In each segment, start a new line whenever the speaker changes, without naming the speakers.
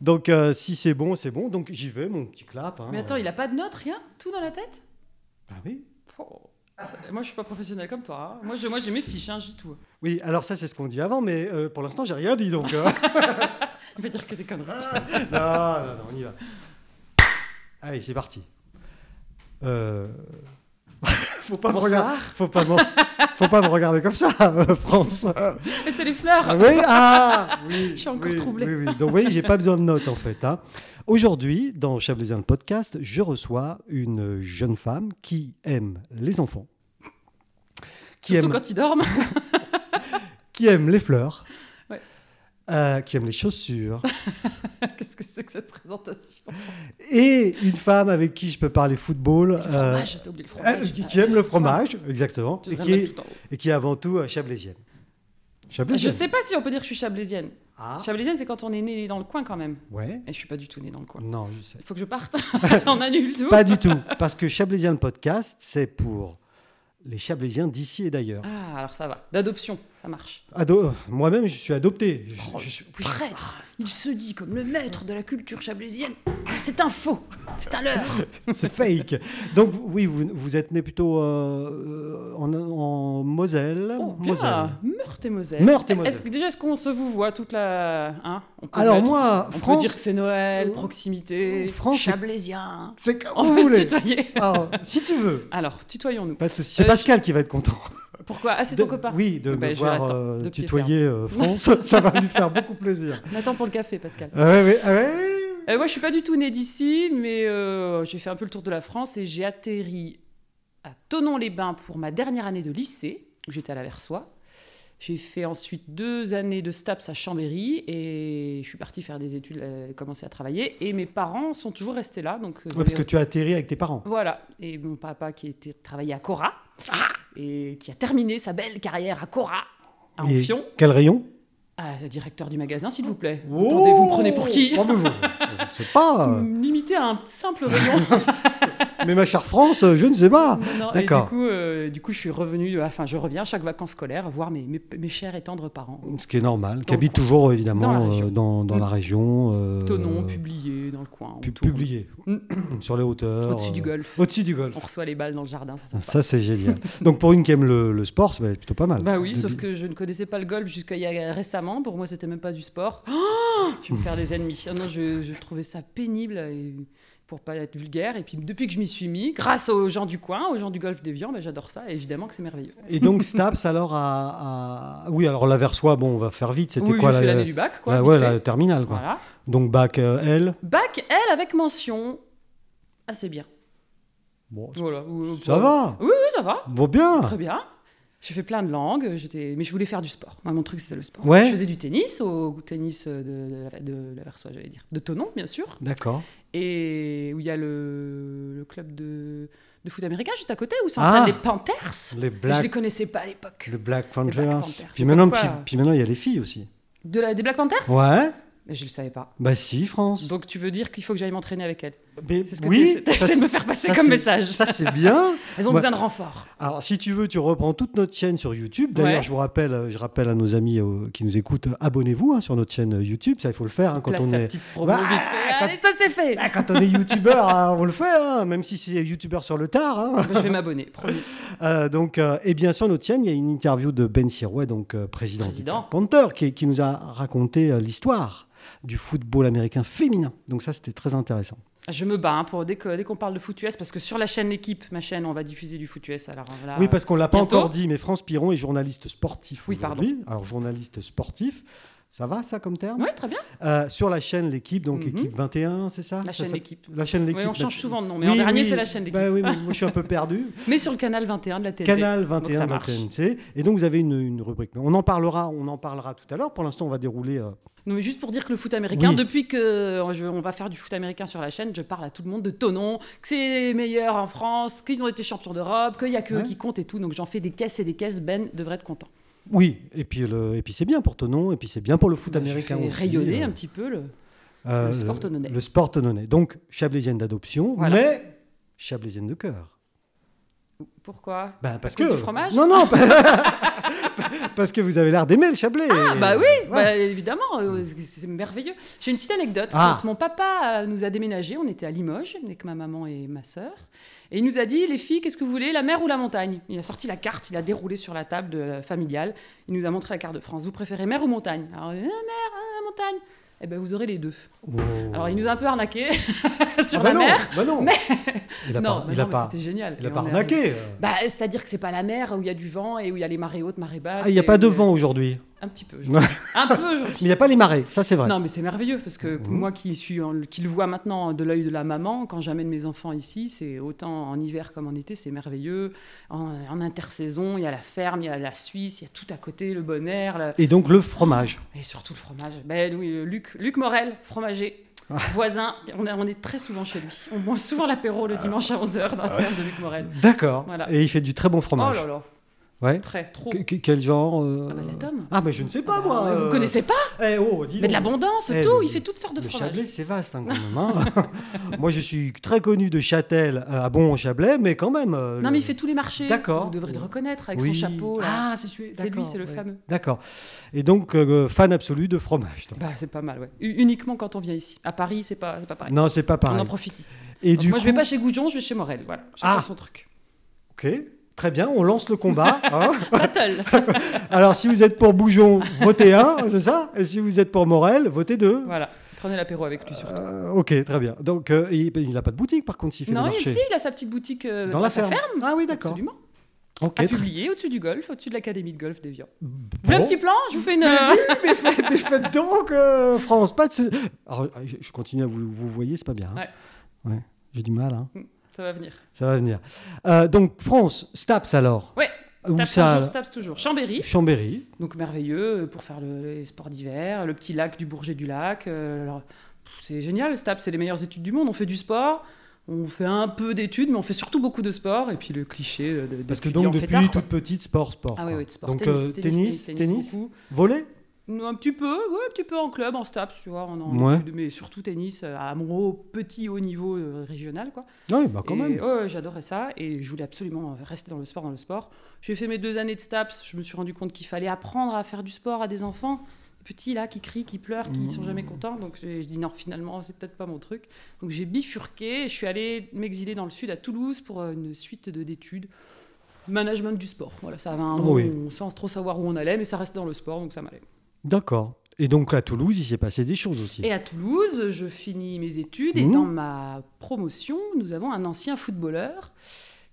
Donc euh, si c'est bon, c'est bon. Donc j'y vais, mon petit clap. hein.
Mais attends, il a pas de notes, rien Tout dans la tête
Bah oui.
Oh. Ça- Moi, je suis pas professionnel comme toi. hein. Moi, je- moi, j'ai mes fiches, hein, j'ai tout.
Oui, alors ça, c'est ce qu'on dit avant, mais euh, pour l'instant, j'ai rien dit, donc... euh,
Il va dire que des conneries.
Ah. non, non, non, on y va. Allez, c'est parti. Euh, faut pas me
Bonsoir.
regarder... Faut pas, me... faut pas me regarder comme ça, euh, France.
Mais c'est les fleurs
Ah oui, ah, oui,
Je suis encore
oui,
troublée.
oui, oui. Donc, vous voyez, j'ai pas besoin de notes en fait. hein. Aujourd'hui, dans Chablaisien le podcast, je reçois une jeune femme qui aime les enfants, qui,
Surtout
aime,
quand ils dorment.
qui aime les fleurs,
Ouais.
euh, qui aime les chaussures,
Qu'est-ce que c'est que cette présentation
et une femme avec qui je peux parler football.
Le
euh,
fromage, t'as oublié le
euh,
fromage.
qui qui aime le fromage, exactement,
Tu
et
devrais
qui,
mettre
est,
tout en haut.
et qui est avant tout euh, chablaisienne.
Je
Chablaisienne.
sais pas si on peut dire que je suis chablaisienne.
Ah,
Chablaisienne, c'est quand on est né dans le coin quand même.
ouais.
Et je suis pas du tout né dans le coin.
Non, je sais.
Il faut que je parte. on annule tout.
Pas du tout, parce que Chablaisien le podcast, c'est pour les Chablaisiens d'ici et d'ailleurs.
Ah, alors ça va. D'adoption, ça marche.
Ado- Moi-même, je suis adopté. Je-
Oh,
je suis-
Traître Il se dit comme le maître de la culture chablaisienne. Ah, C'est un faux C'est un leurre
C'est fake. Donc oui, vous, vous êtes né plutôt euh, euh, en, en Moselle.
Oh,
Moselle.
bien Meurthe et Moselle.
Meurthe et Moselle.
Est-ce que- déjà, est-ce qu'on se vous voit toute la. Hein On peut
Alors
mettre-
moi, France-
on
Oh.
peut dire que c'est Noël, proximité,
France, c'est-
chablaisien.
C'est comme
On
vous
peut se
voulez.
tutoyer.
Alors, si tu veux.
Alors, tutoyons-nous.
Parce que c'est
Euh,
Pascal qui va être content.
Pourquoi Ah, c'est ton
De-
copain.
Oui, de
Eh ben,
me
je vais
voir
l'attendre,
euh,
de pied
tutoyer euh, France. Ça va lui faire beaucoup plaisir.
On attend pour le café, Pascal.
Ah ouais, ouais, ah ouais.
Euh, moi, je suis pas du tout née d'ici, mais euh, j'ai fait un peu le tour de la France et j'ai atterri à Tonon-les-Bains pour ma dernière année de lycée, où j'étais à la Versoix. J'ai fait ensuite deux années de STAPS à Chambéry et je suis partie faire des études, euh, commencer à travailler. Et mes parents sont toujours restés là. Donc,
Ouais,
euh,
parce
j'avais-
que tu as atterri avec tes parents.
Voilà. Et mon papa qui était travaillé à Cora
Ah
et qui a terminé sa belle carrière à Cora, à
Et
Enfion.
Quel rayon
Ah, le directeur du magasin, s'il vous plaît.
Oh
Attendez, vous me prenez pour qui
Oh, mais vous- Je sais pas. euh,
Limité à un simple rayon.
Mais ma chère France, euh, je ne sais pas.
Non, non, et
D'accord.
du coup, euh, du coup, je suis revenue, enfin, je reviens à chaque vacances scolaires voir mes, mes, mes chers et tendres parents.
Ce qui est normal, qui
le
habite
coin.
toujours évidemment
Dans la
euh,
région.
dans, dans
Mm.
la région. euh,
Tonon, publié dans le coin. on
pu-
tourne.
publié
Mm.
sur les hauteurs.
Au-dessus du
euh,
golf.
Au-dessus du golf.
On reçoit les balles dans le jardin, c'est sympa.
Ah, Ça, c'est génial. Donc, pour une qui aime le, le sport, c'est plutôt pas mal.
Bah oui,
De-
sauf que je ne connaissais pas le golf jusqu'à il y a récemment. Pour moi, c'était même pas du sport. Ah je vais me faire des ennemis. Ah non, je, je trouvais ça pénible, et- pour pas être vulgaire. Et puis, depuis que je m'y suis mis, grâce aux gens du coin, aux gens du golf d'Evian, bah, j'adore ça. Et évidemment que c'est merveilleux.
Et donc, Staps, alors, à, à- Oui, alors, la Versoie, bon, on va faire vite. C'était
Oui,
quoi
j'ai
la.
fait l'année du bac, quoi.
la-
vite
ouais,
fait.
la terminale, quoi.
voilà.
Donc, bac euh, L.
Bac, elle, avec mention. Ah, c'est bien.
Bon,
Voilà. Ou- ou-
ça va. Ah.
Oui, ça va.
Bon, bien.
Très bien. J'ai fait plein de langues, j'étais... mais je voulais faire du sport. Moi, mon truc, c'était le sport.
Ouais.
Je faisais du tennis, au tennis de, de la, de la Versoie, j'allais dire. De Tonon, bien sûr.
D'accord.
Et où il y a le, le club de, de foot américain juste à côté, où s'entraînent
Ah.
les Panthers.
Les
Je
Black,
les connaissais pas à l'époque.
le Black
Black
Panthers.
Panthers,
Puis
c'est
maintenant,
pourquoi-
puis- puis maintenant, il y a les filles aussi.
De la, des Black Panthers
Ouais.
Mais Je le savais pas.
Bah, si, France.
Donc tu veux dire qu'il faut que j'aille m'entraîner avec elles
Mais
C'est ce que
oui,
tu essaies- t'essaies de me faire passer comme
message.
message.
Ça, c'est bien.
Elles ont
moi-
besoin de renfort.
Alors, si tu veux, tu reprends toute notre chaîne sur YouTube. D'ailleurs,
Ouais.
je vous rappelle, euh, je rappelle à nos amis euh, qui nous écoutent, euh, abonnez-vous hein, sur notre chaîne euh, YouTube. Ça, il faut le faire hein, quand,
Place
on
la
est,
petite promo
Ouais,
vite fait.
quand-
Allez, ça c'est fait
Ah, quand on est youtubeur, hein, on le fait, hein, même si c'est youtubeur sur le tard. hein.
Je vais m'abonner, promis.
Euh, donc, euh, et bien sur notre chaîne, il y a une interview de Ben Sirouet, donc euh, président, des
Président.
Carpenters, qui, qui nous a raconté euh, l'histoire du football américain féminin. Donc ça, c'était très intéressant.
Je me bats hein, pour dès que- dès qu'on parle de foot US parce que sur la chaîne l'équipe, ma chaîne, on va diffuser du foot US. Alors voilà.
Oui, parce qu'on l'a pas
Ah. bientôt.
encore dit, mais France Piron est journaliste sportif
Oui,
aujourd'hui. Alors, journaliste sportif, ça va, ça, comme terme
Ouais, très bien.
Euh, sur la chaîne L'équipe, donc
Mhm.
équipe 21, c'est ça
La
Ah, Ça
chaîne
s'appelle-
l'équipe.
La chaîne L'équipe.
Ouais, on change
la-
souvent de nom, mais en
Oui,
dernier
oui.
c'est la chaîne l'équipe.
Bah oui, mais moi je suis un peu perdu.
Mais sur le canal 21 de la télé.
Canal 21
ça
de la
marche.
TNT. Et donc vous avez une, une rubrique. On en parlera, on en parlera tout à l'heure. Pour l'instant, on va dérouler. euh,
Non, mais juste pour dire que le foot américain,
Oui.
depuis que euh, je- on va faire du foot américain sur la chaîne, je parle à tout le monde de Tonon, que c'est les meilleurs en France, qu'ils ont été champions d'Europe, qu'il y a que
Ouais.
eux qui comptent et tout. Donc j'en fais des caisses et des caisses. Ben devrait être content.
Oui, et puis le, et puis c'est bien pour Tonon, et puis c'est bien pour le foot
Bah, je
américain
fais
aussi.
rayonner
euh,
un petit peu le.
euh,
le sport tononnais.
Le sport tononnais. Donc chablaisienne d'adoption,
Voilà.
mais chablaisienne de cœur.
Pourquoi
Ben,
cause du fromage
Non non. pas- Parce que vous avez l'air d'aimer le Chablais.
Ah, bah oui,
Ouais.
bah, évidemment, euh, c'est merveilleux. J'ai une petite anecdote.
Ah.
Quand mon papa euh, nous a déménagé, on était à Limoges avec ma maman et ma sœur, et il nous a dit les filles, qu'est-ce que vous voulez, la mer ou la montagne Il a sorti la carte, il a déroulé sur la table de- euh, familiale, il nous a montré la carte de France. Vous préférez mer ou montagne Alors, euh, mer, euh, montagne. Eh ben vous aurez les deux.
Oh.
Alors il nous a un peu arnaqué sur
Ah bah
la
non,
mer.
bah non.
Mais-
Il a
non,
pas,
bah
il
non,
a
mais
pas,
c'était génial.
il a
Et
pas
on est
arnaqué. euh.
bah, c'est-à-dire que c'est pas la mer où il y a du vent et où il y a les marées hautes, marées basses.
Ah, il n'y a
et
pas de
où-
vent aujourd'hui.
Un petit peu. je
Non.
trouve. un peu. je-
Mais il n'y a pas les marées, ça c'est vrai.
Non, mais c'est merveilleux parce que
Mhm.
moi qui suis, en- qui le vois maintenant de l'œil de la maman, quand j'amène mes enfants ici, c'est autant en hiver comme en été, c'est merveilleux. En, en intersaison, il y a la ferme, il y a la Suisse, il y a tout à côté, le bon air, la-
Et donc le fromage.
et surtout le fromage. Ben oui, Luc, Luc Morel, fromager.
Ah.
Voisin, on, a- on est très souvent chez lui. On boit souvent l'apéro
Ah.
le dimanche à 11h dans la ferme de Luc Morel.
D'accord.
Voilà.
Et il fait du très bon
Oh
fromage.
là là,
Ouais.
très, trop.
Que- que- quel genre euh,
Ah bah, de la tome.
Ah, mais je ne sais pas
Ah bah,
moi.
Vous
euh,
connaissez pas
eh, oh, dis
Mais de
donc.
l'abondance,
Eh,
tout.
le-
Il fait toutes sortes de
Le
fromages.
Chablais, c'est vaste hein, quand même. hein. Moi, je suis très connu de Châtel euh, à Bon-en-Chablais, mais quand même. euh,
Non, mais il
le-
fait tous les marchés.
D'accord.
Vous devrez le reconnaître avec
Oui.
son chapeau. Là.
Ah, c'est celui.
C'est lui,
d'accord,
c'est le fameux.
D'accord. Et donc, euh, fan absolu de fromage. donc.
Bah, c'est pas mal, ouais. U- uniquement quand on vient ici. À Paris, c'est pas, c'est pas pareil.
Non, c'est pas
On
pareil.
en profite ici.
Et
Donc
du
moi, je vais
coup-
pas chez Goujon, je vais chez Morel. Voilà. Chacun
Ah.
son truc.
Ok, très bien, on lance le combat. hein.
Battle.
Alors, si vous êtes pour Boujon, votez 1, c'est ça Et si vous êtes pour Morel, votez 2.
voilà. Prenez l'apéro avec lui surtout.
ok, très bien. Donc, euh, il il n'a pas de boutique, par contre, Euh, il fait
non,
des
il,
marchés.
si, il a sa petite boutique euh,
Dans la ferme. Ah oui, d'accord.
Absolument.
Ok,
À
très-
publier au-dessus du golf, au-dessus de l'académie de golf d'Evian.
Ah
Vous
bon.
voulez un petit plan Je vous fais une. euh,
Mais faites donc, euh, France, pas de... ce- Alors, je, je continue à vous, vous voyez, c'est pas bien. hein. ouais. J'ai du mal, hein.
Ça va venir.
ça va venir. Euh, donc, France, Staps alors
Ouais.
Où
Staps
ça,
toujours,
là
Staps toujours. Chambéry.
Chambéry,
Donc merveilleux euh, pour faire le, les sports d'hiver, le petit lac du Bourget du Lac. euh, alors, pff, c'est génial, le STAPS, c'est les meilleures études du monde. On fait du sport, on fait un peu d'études, mais on fait surtout beaucoup de sport. Et puis le cliché euh, de,
parce que
d'étudiant
donc depuis
fêtard, quoi.
toute petite, sport, sport.
Ah oui,
quoi.
oui, de sport.
Donc,
tennis,
euh,
tennis, tennis, tennis, beaucoup.
volet
Non, Un petit peu, ouais, un petit peu en club, en STAPS, tu vois, en, en
Ouais.
études, mais surtout tennis, euh, à mon haut, petit haut niveau euh, régional, quoi.
Oui, bah quand
Et,
même.
ouais, ouais, j'adorais ça et je voulais absolument rester dans le sport, dans le sport. J'ai fait mes deux années de STAPS, je me suis rendu compte qu'il fallait apprendre à faire du sport à des enfants petits là qui crient, qui pleurent, qui
Mm.
sont jamais contents. Donc j'ai- je dis non, finalement, c'est peut-être pas mon truc. Donc j'ai bifurqué, je suis allée m'exiler dans le sud à Toulouse pour euh, une suite de- d'études. Management du sport, voilà, ça avait un nom
Ah Oui.
sans trop savoir où on allait, mais ça restait dans le sport, donc ça m'allait.
D'accord. Et donc à Toulouse, il s'est passé des choses aussi.
Et à Toulouse, je finis mes études et
Mhm.
dans ma promotion, nous avons un ancien footballeur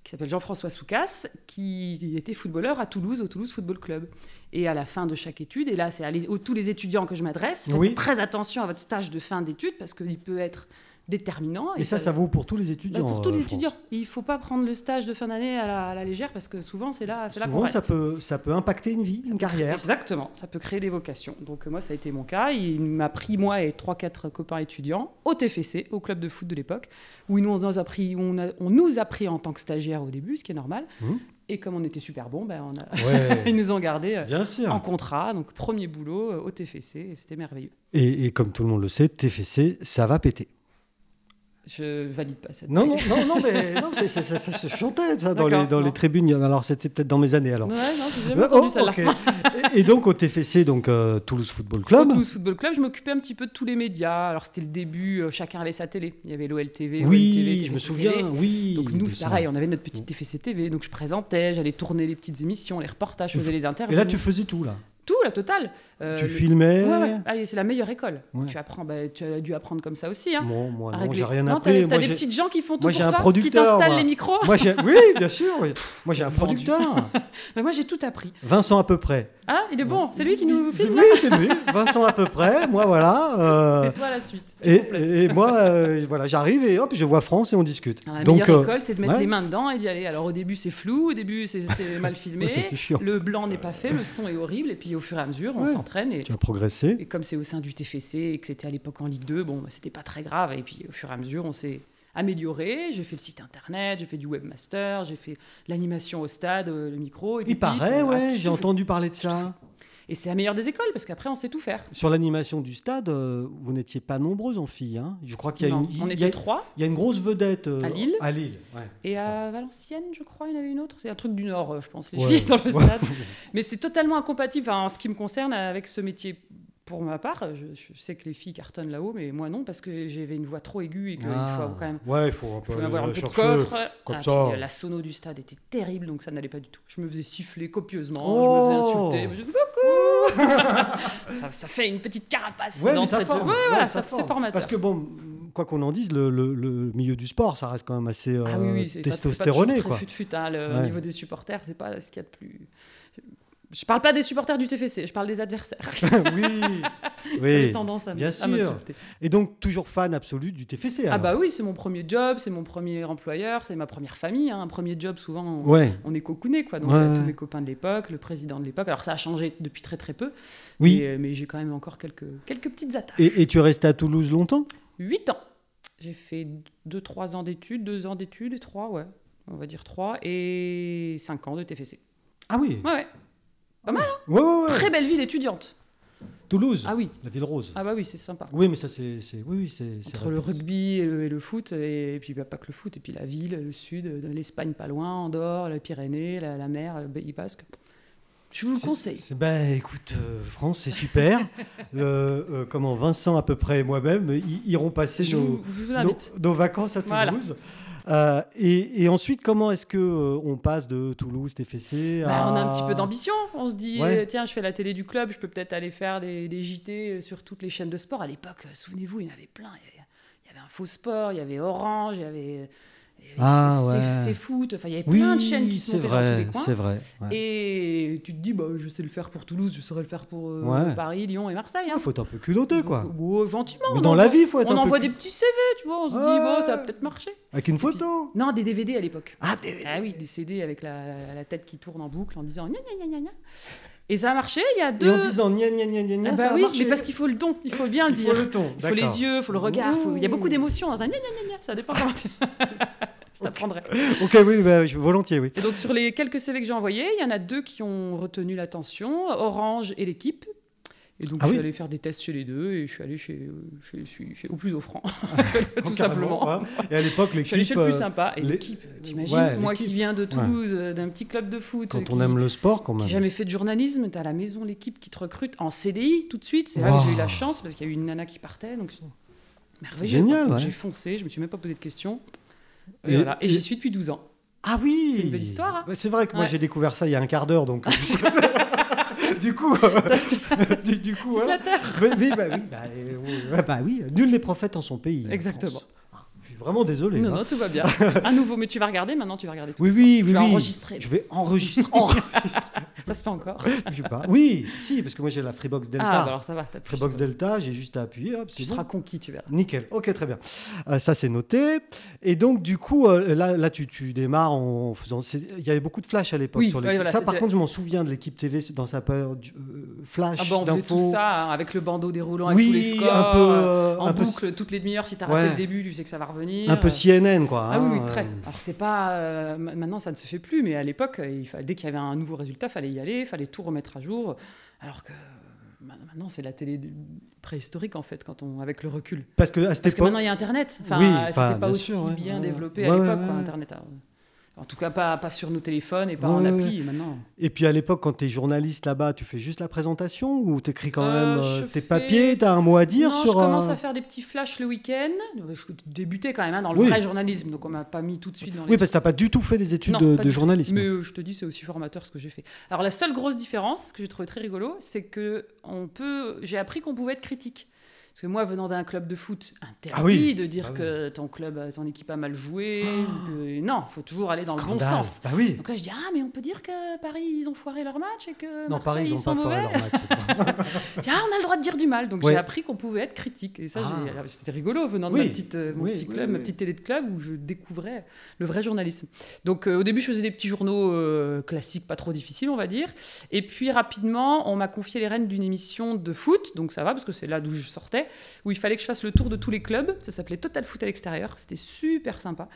qui s'appelle Jean-François Soucas, qui était footballeur à Toulouse, au Toulouse Football Club. Et à la fin de chaque étude, et là c'est à les- aux- tous les étudiants que je m'adresse, faites
Oui.
très attention à votre stage de fin d'études parce qu'il peut être déterminant.
Et ça,
ça-
ça vaut pour tous les
bah,
étudiants.
pour tous
euh,
les
France.
étudiants. Il ne faut pas prendre le stage de fin d'année à la, à la légère parce que souvent c'est là, Ah, c'est là qu'on
Souvent, ça
reste.
peut, ça peut impacter une vie, une carrière.
Exactement, ça peut créer des vocations. Donc euh, moi, ça a été mon cas. Il m'a pris, moi et 3-4 copains étudiants, au TFC, au club de foot de l'époque, où ils nous- on nous, a pris, on, a- on nous a pris en tant que stagiaires au début, ce qui est normal.
Mhm.
Et comme on était super bons, ben, on a- ils
Ouais,
nous ont gardés euh,
bien sûr.
en contrat. Donc premier boulot euh, au TFC, et c'était merveilleux.
Et, et comme tout le monde le sait, TFC, ça va péter.
Je valide pas cette
Non, non, non, non, mais non, c'est- c'est- ça, ça se chantait ça, dans,
D'accord,
les, dans les
non.
tribunes. Alors, c'était peut-être dans mes années alors.
Ouais, non, j'ai jamais
Ah,
entendu
oh,
celle-là.
ok. et, et donc au TFC, donc euh, Toulouse Football
Au
Club.
Toulouse Football Club, je m'occupais un petit peu de tous les médias. Alors c'était le début, euh, chacun avait sa télé. Il y avait l'OLTV,
Oui, je me
TV.
souviens. Oui.
Donc
de
nous, c'est
ça.
pareil, on avait notre petite TFC TV, donc je présentais, j'allais tourner les petites émissions, les reportages, je faisais les interviews.
Et là, tu faisais tout là.
Tout, la totale. Euh,
tu
le-
filmais.
Ouais, ouais. Ah, et c'est la meilleure école.
Ouais.
Tu apprends, bah, tu as dû apprendre comme ça aussi. Hein,
Bon, moi,
à
non,
régler.
j'ai rien
Non,
appris.
T'as, t'as
Moi,
des
j'ai-
petites gens qui font tout
moi, j'ai
pour
un
toi, qui
producteur,
t'installent
moi.
les micros.
Moi, j'ai- oui, bien sûr. oui. Moi, j'ai un
vendu.
producteur.
Mais moi, j'ai tout appris.
Vincent à peu près.
Ah, il est bon, c'est lui qui nous
C'est-
filme.
Oui,
là
c'est lui. Vincent à peu près. Moi, voilà. euh,
Et toi, la suite.
et,
complète.
et moi, euh, voilà, j'arrive et hop, je vois France et on discute.
Alors, la
Donc,
meilleure
euh,
école, c'est de mettre
ouais.
les mains dedans et d'y aller. Alors au début, c'est flou, au début, c'est, c'est mal filmé.
ouais, ça, c'est chiant.
le blanc n'est pas fait, le son est horrible, et puis au fur et à mesure, on
Ouais.
s'entraîne et
Tu as progressé.
Et comme c'est au sein du TFC et que c'était à l'époque en Ligue 2, bon, bah, c'était pas très grave. Et puis au fur et à mesure, on s'est amélioré. J'ai fait le site internet, j'ai fait du webmaster, j'ai fait l'animation au stade, euh, le micro. Et
Il
puis,
paraît,
euh,
ouais,
ah,
j'ai entendu parler de ça.
Et c'est la meilleure des écoles, parce qu'après, on sait tout faire.
Sur l'animation du stade, euh, vous n'étiez pas nombreuses en filles. hein. Je crois qu'il y a,
Non,
une, il
on
y
était
a-
trois.
il y a une grosse vedette euh,
À Lille.
À Lille, ouais, c'est
Et
ça.
à Valenciennes, je crois, il y en avait une autre. C'est un truc du Nord, euh, je pense, les
Ouais.
filles dans le
Ouais.
stade. Mais c'est totalement incompatible, enfin, en ce qui me concerne, avec ce métier. Pour ma part, je, je sais que les filles cartonnent là-haut, mais moi non, parce que j'avais une voix trop aiguë et qu'il
Ah.
faut quand même
Ouais, il faut un peu
faut
aller
avoir un peu de
chercher.
coffre.
comme
Ah,
ça.
puis, euh, la sono du stade était terrible, donc ça n'allait pas du tout. Je me faisais siffler copieusement,
Oh.
je me faisais insulter. mais Je disais, Coucou ça, ça fait une petite carapace
Ouais,
dans
mais ça
cette-
forme.
Ouais,
Ouais,
voilà,
ça
ça-
forme.
c'est formateur.
Parce que bon, quoi qu'on en dise, le, le- le milieu du sport, ça reste quand même assez euh,
Ah oui, oui, c'est pas- c'est pas
testostéroné,
toujours
quoi.
très fut-fut, hein, le
Ouais.
niveau des supporters, c'est pas ce qu'il y a de plus. Je parle pas des supporters du TFC, je parle des adversaires. qui
oui,
avaient
oui.
tendance à m-
bien
à m'insulter.
Et donc toujours fan absolu du TFC.
Ah
alors.
bah oui, c'est mon premier job, c'est mon premier employeur, c'est ma première famille. hein. Un premier job, souvent, on,
Ouais.
on est cocooné, quoi. Donc
Ouais,
euh, tous
ouais.
mes copains de l'époque, le président de l'époque. Alors ça a changé depuis très très peu.
Oui.
Mais, euh, mais j'ai quand même encore quelques, quelques petites attaques.
Et, et tu es resté à Toulouse longtemps
8 ans. J'ai fait 2-3 ans d'études, 2 ans d'études et 3, ouais. On va dire 3 et 5 ans de TFC.
Ah oui.
Ouais, ouais.
Ouais, ouais, ouais.
Très belle ville étudiante.
Toulouse,
Ah oui.
la ville rose.
Ah bah oui, c'est sympa.
Oui, mais ça c'est, c'est- oui, oui, c'est. c'est
Entre le
rapide.
rugby et le, et le foot, et, puis bah, pas que le foot, et puis la ville, le sud, euh, l'Espagne pas loin, Andorre, les Pyrénées, la, la mer, le Pays Basque. Je vous le
C'est-
conseille.
c'est- ben écoute, euh, France, c'est super. Euh, euh, comment Vincent à peu près et moi-même i- iront passer
Je
nos,
vous, je vous
nos-
invite.
nos vacances à
Voilà.
Toulouse. Euh, et, et ensuite, comment est-ce que euh, on passe de Toulouse, TFC à...
Bah, on a un petit peu d'ambition. On se dit,
Euh, Ouais.
euh, tiens, je fais la télé du club, je peux peut-être aller faire des, des JT sur toutes les chaînes de sport. À l'époque, euh, souvenez-vous, il y en avait plein. Il y avait, il y avait un faux sport, il y avait Orange, il y avait. il y avait
Ah,
C'est-
ouais.
c'est foot. Enfin, il y avait
Oui,
plein de chaînes qui se
c'est
montaient dans tous
vrai,
les coins.
c'est vrai. ouais.
Et tu te dis, bah, je sais le faire pour Toulouse, je saurais le faire pour euh,
Ouais.
Paris, Lyon et Marseille. hein.
Ah, faut être un peu culotté,
Donc,
quoi.
ouais, gentiment.
Mais
on
dans
envoie-
la vie, faut être
On
un
envoie
peu... Ah,
des petits CV, tu vois. On se dit,
Ouais.
bon, ça va peut-être marcher.
Avec une
puis-
photo
Non, des DVD à l'époque.
Ah, des...
Ah oui, des CD avec la, la tête qui tourne en boucle en disant gna gna gna gna gna. Et ça a marché, il y a
Et
deux.
en disant gna gna gna gna
Ah
gna,
bah
ça
oui,
a marché.
mais parce qu'il faut le don, il faut bien le
Il faut
dire.
le ton,
Il faut les yeux, il faut le regard, faut- il y a beaucoup
Ouh.
d'émotions dans un gna gna gna gna, ça dépend comment tu. Je t'apprendrai.
Ok, oui, bah, je- volontiers, oui.
Et donc sur les quelques CV que j'ai envoyés, il y en a deux qui ont retenu l'attention, Orange et l'équipe. Et donc
Ah
je suis
oui.
allé faire des tests chez les deux et je suis allé chez, chez- chez- chez- au plus offrant, tout
Carrément,
simplement.
ouais. Et à l'époque,
Je suis allé
l'équipe,
chez le plus
euh,
sympa. Et
les-
l'équipe, t'imagines
ouais,
Moi
l'équipe.
qui viens de Toulouse, euh, d'un petit club de foot.
quand
qui-
on aime le sport, quand
qui
même.
n'a jamais fait de journalisme, tu as la maison, l'équipe qui te recrute en CDI tout de suite. C'est là
Wow.
que j'ai eu la chance parce qu'il y a eu une nana qui partait. Donc c'est merveilleux.
Génial,
quoi. Donc
ouais.
J'ai foncé, je me suis même pas posé de questions. Et,
Et-
voilà. Et
et-
j'y suis depuis 12 ans.
Ah oui
C'est une belle histoire, hein.
Bah, C'est vrai que moi,
Ouais.
j'ai découvert ça il y a un quart d'heure, donc... euh, du coup... du, du coup,
C'est
Ah, voilà. Oui,
flatteur.
oui, bah, oui, bah, euh, oui, bah, bah oui, nul n'est prophète en son pays. hein, en
Exactement.
France. Ah, Je suis vraiment désolé.
Non,
hein.
non, tout va bien. À nouveau, mais tu vas regarder maintenant, tu vas regarder tout.
Oui, oui,
Tu
oui.
vas
oui.
enregistrer.
Je vais enregistrer. enregistrer,
Ça se fait encore.
je sais pas. Oui, si, parce que moi j'ai la Freebox Delta.
Ah, bah alors ça va. t'as plus-
Freebox Delta, j'ai juste à appuyer. Hop,
Tu
c'est bon.
seras conquis, tu verras.
Nickel, ok, très bien. Euh, ça, c'est noté. Et donc, du coup, euh, là, là tu, tu démarres en faisant. c'est- Il y avait beaucoup de flash à l'époque
Oui,
sur
ouais,
l'équipe.
voilà,
ça,
c'est-
par
c'est-
contre, je m'en souviens de l'équipe TV dans sa peur du- euh, flash.
Ah, bah on faisait
d'infos.
tout ça hein, avec le bandeau déroulant, avec tous les
Oui,
scores.
un peu. euh,
en
un peu,
boucle, toutes les demi-heures, si t'as
Ouais.
raté le début, tu sais que ça va revenir.
un peu CNN, quoi.
Ah oui,
hein,
oui, très.
euh,
Alors c'est pas euh, ma- maintenant ça ne se fait plus, mais à l'époque, euh, il fa- dès qu'il y avait un nouveau résultat, fallait y aller, fallait tout remettre à jour. Alors que euh, ma- maintenant c'est la télé du- préhistorique en fait, quand on avec le recul.
Parce que à cette
Parce que
époque.
maintenant il y a Internet. Enfin,
Oui,
euh,
bah,
c'était pas,
bien
aussi
sûr, ouais,
bien
ouais,
développé
ouais,
à
ouais,
l'époque,
ouais,
quoi,
ouais.
Internet. Alors, En tout cas, pas, pas sur nos téléphones et pas
Ouais,
en
ouais,
appli maintenant.
Et puis à l'époque, quand tu es journaliste là-bas, tu fais juste la présentation ou tu écris quand
Euh,
même
je
euh, tes
fais-
papiers, tu as un mot à dire
non,
sur.
je commence
euh,
à faire des petits flashs le week-end. Je débutais quand même hein, dans le
Oui.
vrai journalisme, donc on m'a pas mis tout de suite dans les
Oui, parce que tu pas du tout fait des études
Non,
de, de
pas du tout.
journalisme.
Mais euh, je te dis, c'est aussi formateur ce que j'ai fait. Alors la seule grosse différence que j'ai trouvé très rigolo, c'est que on peut, j'ai appris qu'on pouvait être critique. Parce que moi, venant d'un club de foot, interdit
Ah oui.
de dire
Ah oui. Ah.
que ton club, euh, ton équipe a mal joué. ou que- Non, faut toujours aller dans le bon
Scandale.
sens.
Bah oui.
Donc là, je dis ah mais on peut dire que Paris ils ont foiré leur match et que
Non,
euh, Marseille,
Paris, ils ont
sont
pas foiré
mauvais.
leur match.
Je dis, ah on a le droit de dire du mal. Donc
Ouais.
j'ai appris qu'on pouvait être critique et ça
Ah.
j'ai- alors, c'était rigolo venant de
Oui.
ma petite, euh, mon
Oui,
petit
oui,
club,
oui.
ma petite télé de club où je découvrais le vrai journalisme. Donc euh, au début je faisais des petits journaux euh, classiques, pas trop difficiles on va dire. Et puis rapidement on m'a confié les rênes d'une émission de foot, donc ça va parce que c'est là d'où je sortais, où il fallait que je fasse le tour de tous les clubs. Ça s'appelait Total Foot à l'extérieur, c'était super sympa.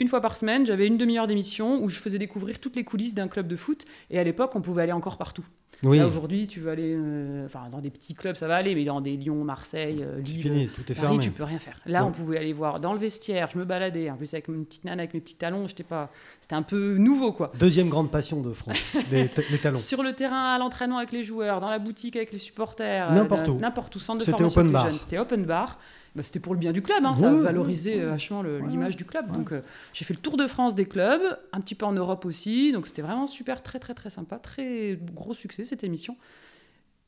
une fois par semaine, j'avais une demi-heure d'émission où je faisais découvrir toutes les coulisses d'un club de foot. Et à l'époque, on pouvait aller encore partout.
Oui,
Là, aujourd'hui, tu veux aller euh, enfin, dans des petits clubs, ça va aller, mais dans des Lyon, Marseille, euh,
c'est
Lille,
fini, tout est
Paris,
fermé.
tu peux rien faire. Là,
Non.
on pouvait aller voir dans le vestiaire, je me baladais, en plus avec une petite nana, avec mes petits talons, j'étais pas... c'était un peu nouveau, quoi.
Deuxième grande passion de France, les, ta- les talons.
Sur le terrain, à l'entraînement avec les joueurs, dans la boutique avec les supporters, euh,
N'importe
dans-
où.
n'importe où, centre de
C'était
formation
open
avec les
bar.
jeunes, c'était open bar. Bah, c'était pour le bien du club, hein, ça
Ouais,
valorisait
ouais, ouais.
euh, vachement le-
Ouais,
l'image du club.
ouais.
Donc euh, j'ai fait le tour de France des clubs, un petit peu en Europe aussi, donc c'était vraiment super, très très très sympa, très gros succès cette émission.